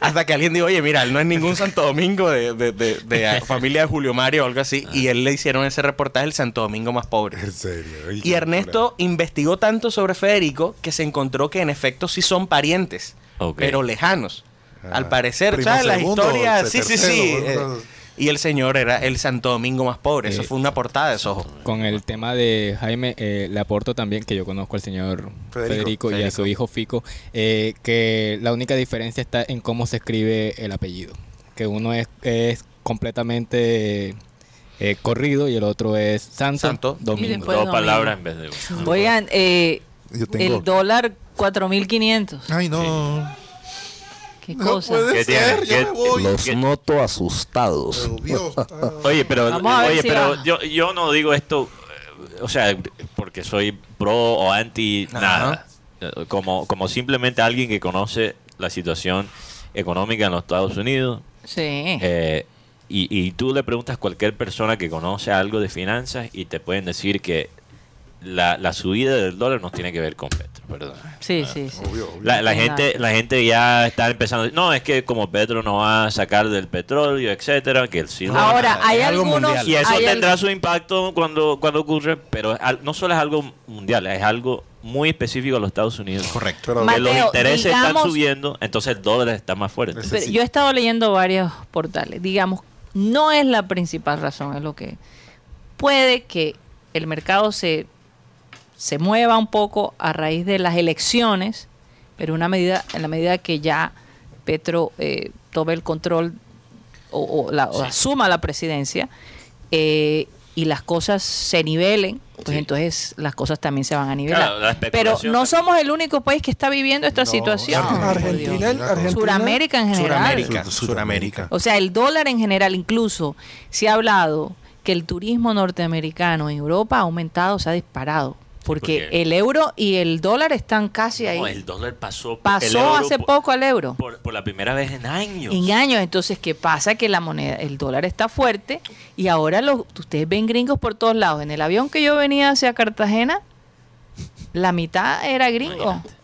C: Hasta que alguien dijo, oye, mira, él no es ningún Santo Domingo de, de- de- de a- familia de Julio Mario o algo así. Y él le hicieron ese reportaje, el Santo Domingo más pobre.
G: En serio.
C: Y Ernesto investigó tanto sobre Federico que se encontró que en efecto sí son parientes,
D: Ok.
C: pero lejanos. Al
G: Ah,
C: parecer,
G: primo
C: ¿sabes? Las
G: segundo,
C: historias. Sí,
G: tercero,
C: sí, sí.
G: bueno,
C: eh, y el señor era el Santo Domingo más pobre.
G: Eh,
C: Eso fue una portada de Soho.
H: Con el tema de Jaime, eh, le aporto también que yo conozco al señor
G: Federico.
H: Federico, y a su hijo Fico, eh, que la única diferencia está en cómo se escribe el apellido. Que uno es, es completamente eh, corrido y el otro es Santo,
C: Santo.
H: Domingo.
B: Y después- Pues
D: Dos
B: no,
D: palabras en vez de una.
B: Oigan, eh,
G: Yo tengo.
B: el dólar 4.500.
G: Ay, no.
B: ¿Qué
G: No
B: cosa?
G: Ah, puede
D: ¿Qué
G: ser,
D: tiene?
G: ya
D: ¿Qué-
G: me voy.
I: Los
D: ¿Qué?
I: noto asustados.
G: Pero, Dios.
D: Oye, pero,
B: Vamos a ver
D: oye,
B: si
D: pero
B: baja.
D: yo, yo no digo esto, eh, o sea, porque soy pro o anti
C: Ajá.
D: nada. Eh, Como, como simplemente alguien que conoce la situación económica en los Estados Unidos.
B: Sí.
D: eh, y, y tú le preguntas a cualquier persona que conoce algo de finanzas y te pueden decir que la, la subida del dólar no tiene que ver con Petro, perdón.
B: sí, sí, sí.
G: ah, Obvio, obvio.
D: La, la
B: Nada.
D: gente, la gente ya está empezando. No, es que como Petro no va a sacar del petróleo, etcétera, que el sí lo-
B: Ahora, hay
H: es algo
B: algunos...
H: mundial.
D: y eso
B: hay al-
D: tendrá su impacto cuando, cuando ocurre, pero es al- no solo es algo mundial, es algo muy específico a los Estados Unidos.
C: Correcto.
G: Pero,
D: Que
B: Mal-
D: los
B: Mateo,
D: intereses
B: digamos-
D: están subiendo, entonces el dólar está más fuerte.
G: Ese-
B: Pero
G: Sí.
B: yo he estado leyendo varios portales. Digamos, no es la principal razón, es lo que puede que el mercado se, se mueva un poco a raíz de las elecciones, pero una medida, en la medida que ya Petro eh, tome el control o, o la- o asuma la presidencia eh, y las cosas se nivelen, pues entonces las cosas también se van a nivelar.
D: Claro, la
B: pero
D: especulación
B: no
D: también.
B: somos el único país que está viviendo esta
G: No,
B: situación.
E: Argentina,
G: Dios.
E: Argentina.
B: Suramérica en general.
C: Suramérica.
G: Sur-
C: Suramérica.
B: O sea, el dólar en general, incluso se ha hablado que el turismo norteamericano en Europa ha aumentado, se ha disparado. Porque,
D: porque-
B: el euro y el dólar están casi ahí.
D: No, el dólar pasó, el
B: Pasó
D: euro
B: hace
D: por-
B: poco al euro.
D: Por, por la primera vez en años.
B: en años, entonces, ¿qué pasa? Que la moneda, el dólar está fuerte y ahora los ustedes ven gringos por todos lados. En el avión que yo venía hacia Cartagena, la mitad era gringo.
D: Imagínate.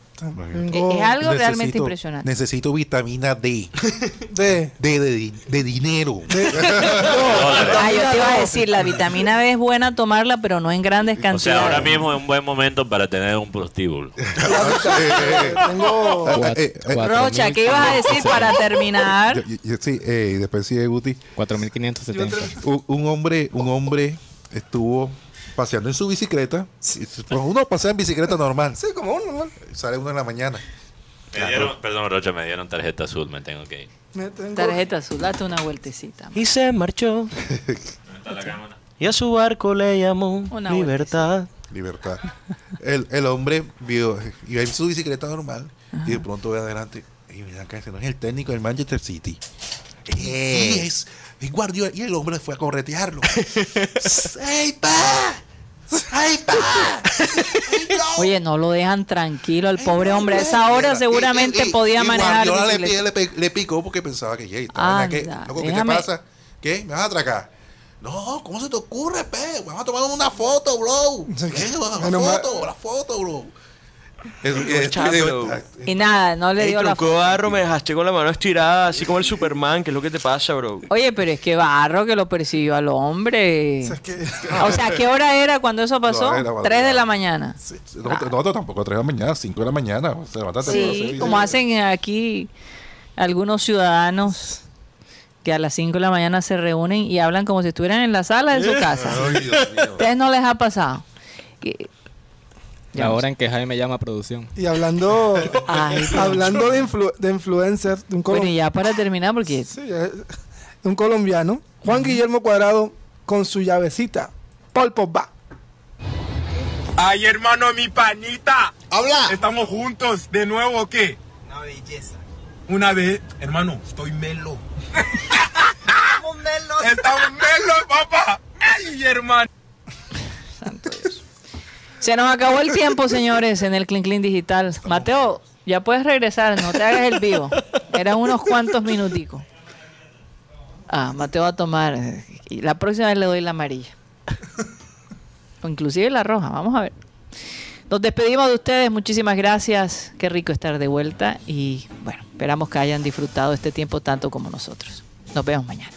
E: Tengo
B: Es- es algo realmente
G: necesito-
B: impresionante.
G: Necesito vitamina D.
E: de-
G: De, de, de dinero.
B: Ah, yo te iba a decir, la vitamina B es buena tomarla, pero no en grandes
D: O sea,
B: cantidades.
D: ahora mismo es un buen momento para tener un prostíbulo.
E: tengo-
G: Ah, eh, eh,
B: Rocha, ¿qué ibas a decir para terminar?
G: yo- yo- yo- sí, eh, después sigue Guti.
H: 4.570.
G: Un, un hombre, un hombre estuvo paseando en su bicicleta. Y- pues uno pasea en bicicleta normal.
E: Sí, como uno, ¿no?
G: Sale uno en la mañana.
D: Me dieron- perdón, Rocha, me dieron tarjeta azul, me tengo que ir.
E: Me tengo-
B: Tarjeta azul, date una vueltecita.
J: Y se marchó y a su barco le llamó
B: Una
J: libertad.
G: Libertad. El, el hombre vio, iba en su bicicleta normal y de pronto ve adelante. Y mira acá, ese no es el técnico del Manchester City. Sí, es, es Guardiola. Y el hombre fue a corretearlo. ¡Ey, pa! ¡Ey, pa! ¡Ey, no!
B: Oye, no lo dejan tranquilo al pobre
G: Ey,
B: hombre. A
G: no,
B: esa hora
G: mira, y-
B: seguramente
G: y-
B: podía
G: y
B: manejar.
G: Guardiola le,
B: bicicleta.
G: pi- le pe- le picó porque pensaba que, "Ey, esta vaina, ¿qué,
B: Anda,
G: Loco, ¿qué te
B: déjame-
G: pasa? ¿Qué? ¿Me vas a atracar? No, ¿cómo se te ocurre, pe? Vamos a tomar una foto, bro. Eh, Una
E: Menos mal-
G: foto, una foto, bro. Es,
J: Chato.
B: Y nada, no le
J: Ey,
B: dio la
J: tronco barro, me dejaste con la mano estirada, así como el Superman, ¿qué es lo que te pasa, bro?
B: Oye, pero es que Barro que lo persiguió al hombre. O sea, ¿qué hora era cuando eso pasó?
G: No, era madrugada.
B: 3 de la mañana.
G: nosotros, tampoco, 3 de la mañana, 5 de la mañana. Se levanta
B: Sí, como hacen aquí algunos ciudadanos que a las 5 de la mañana se reúnen y hablan como si estuvieran en la sala de su casa. ¿Ustedes no les ha pasado? Y-
H: La hora en que Jaime llama a producción.
E: Y hablando,
B: Ay, Dios.
E: hablando de, influ- de influencers, de un, colom-
B: Bueno, y ya para terminar, porque
E: sí, eh, de un colombiano, Juan Guillermo Cuadrado, con su llavecita, Paul Pogba.
K: Ay, hermano, mi panita.
G: ¡Habla!
K: Estamos juntos de nuevo, ¿o ¿qué? Una belleza. Una vez, hermano, estoy melo. Estamos melo. Estamos melo, papá. Ay, hermano.
B: se nos acabó el tiempo, señores, en el Clean Clean Digital. Mateo, ya puedes regresar, no te hagas el vivo. Eran unos cuantos minuticos. Ah, Mateo va a tomar. eh, Y la próxima vez le doy la amarilla. O inclusive la roja, vamos a ver. Nos despedimos de ustedes, muchísimas gracias. Qué rico estar de vuelta y bueno, esperamos que hayan disfrutado este tiempo tanto como nosotros. Nos vemos mañana.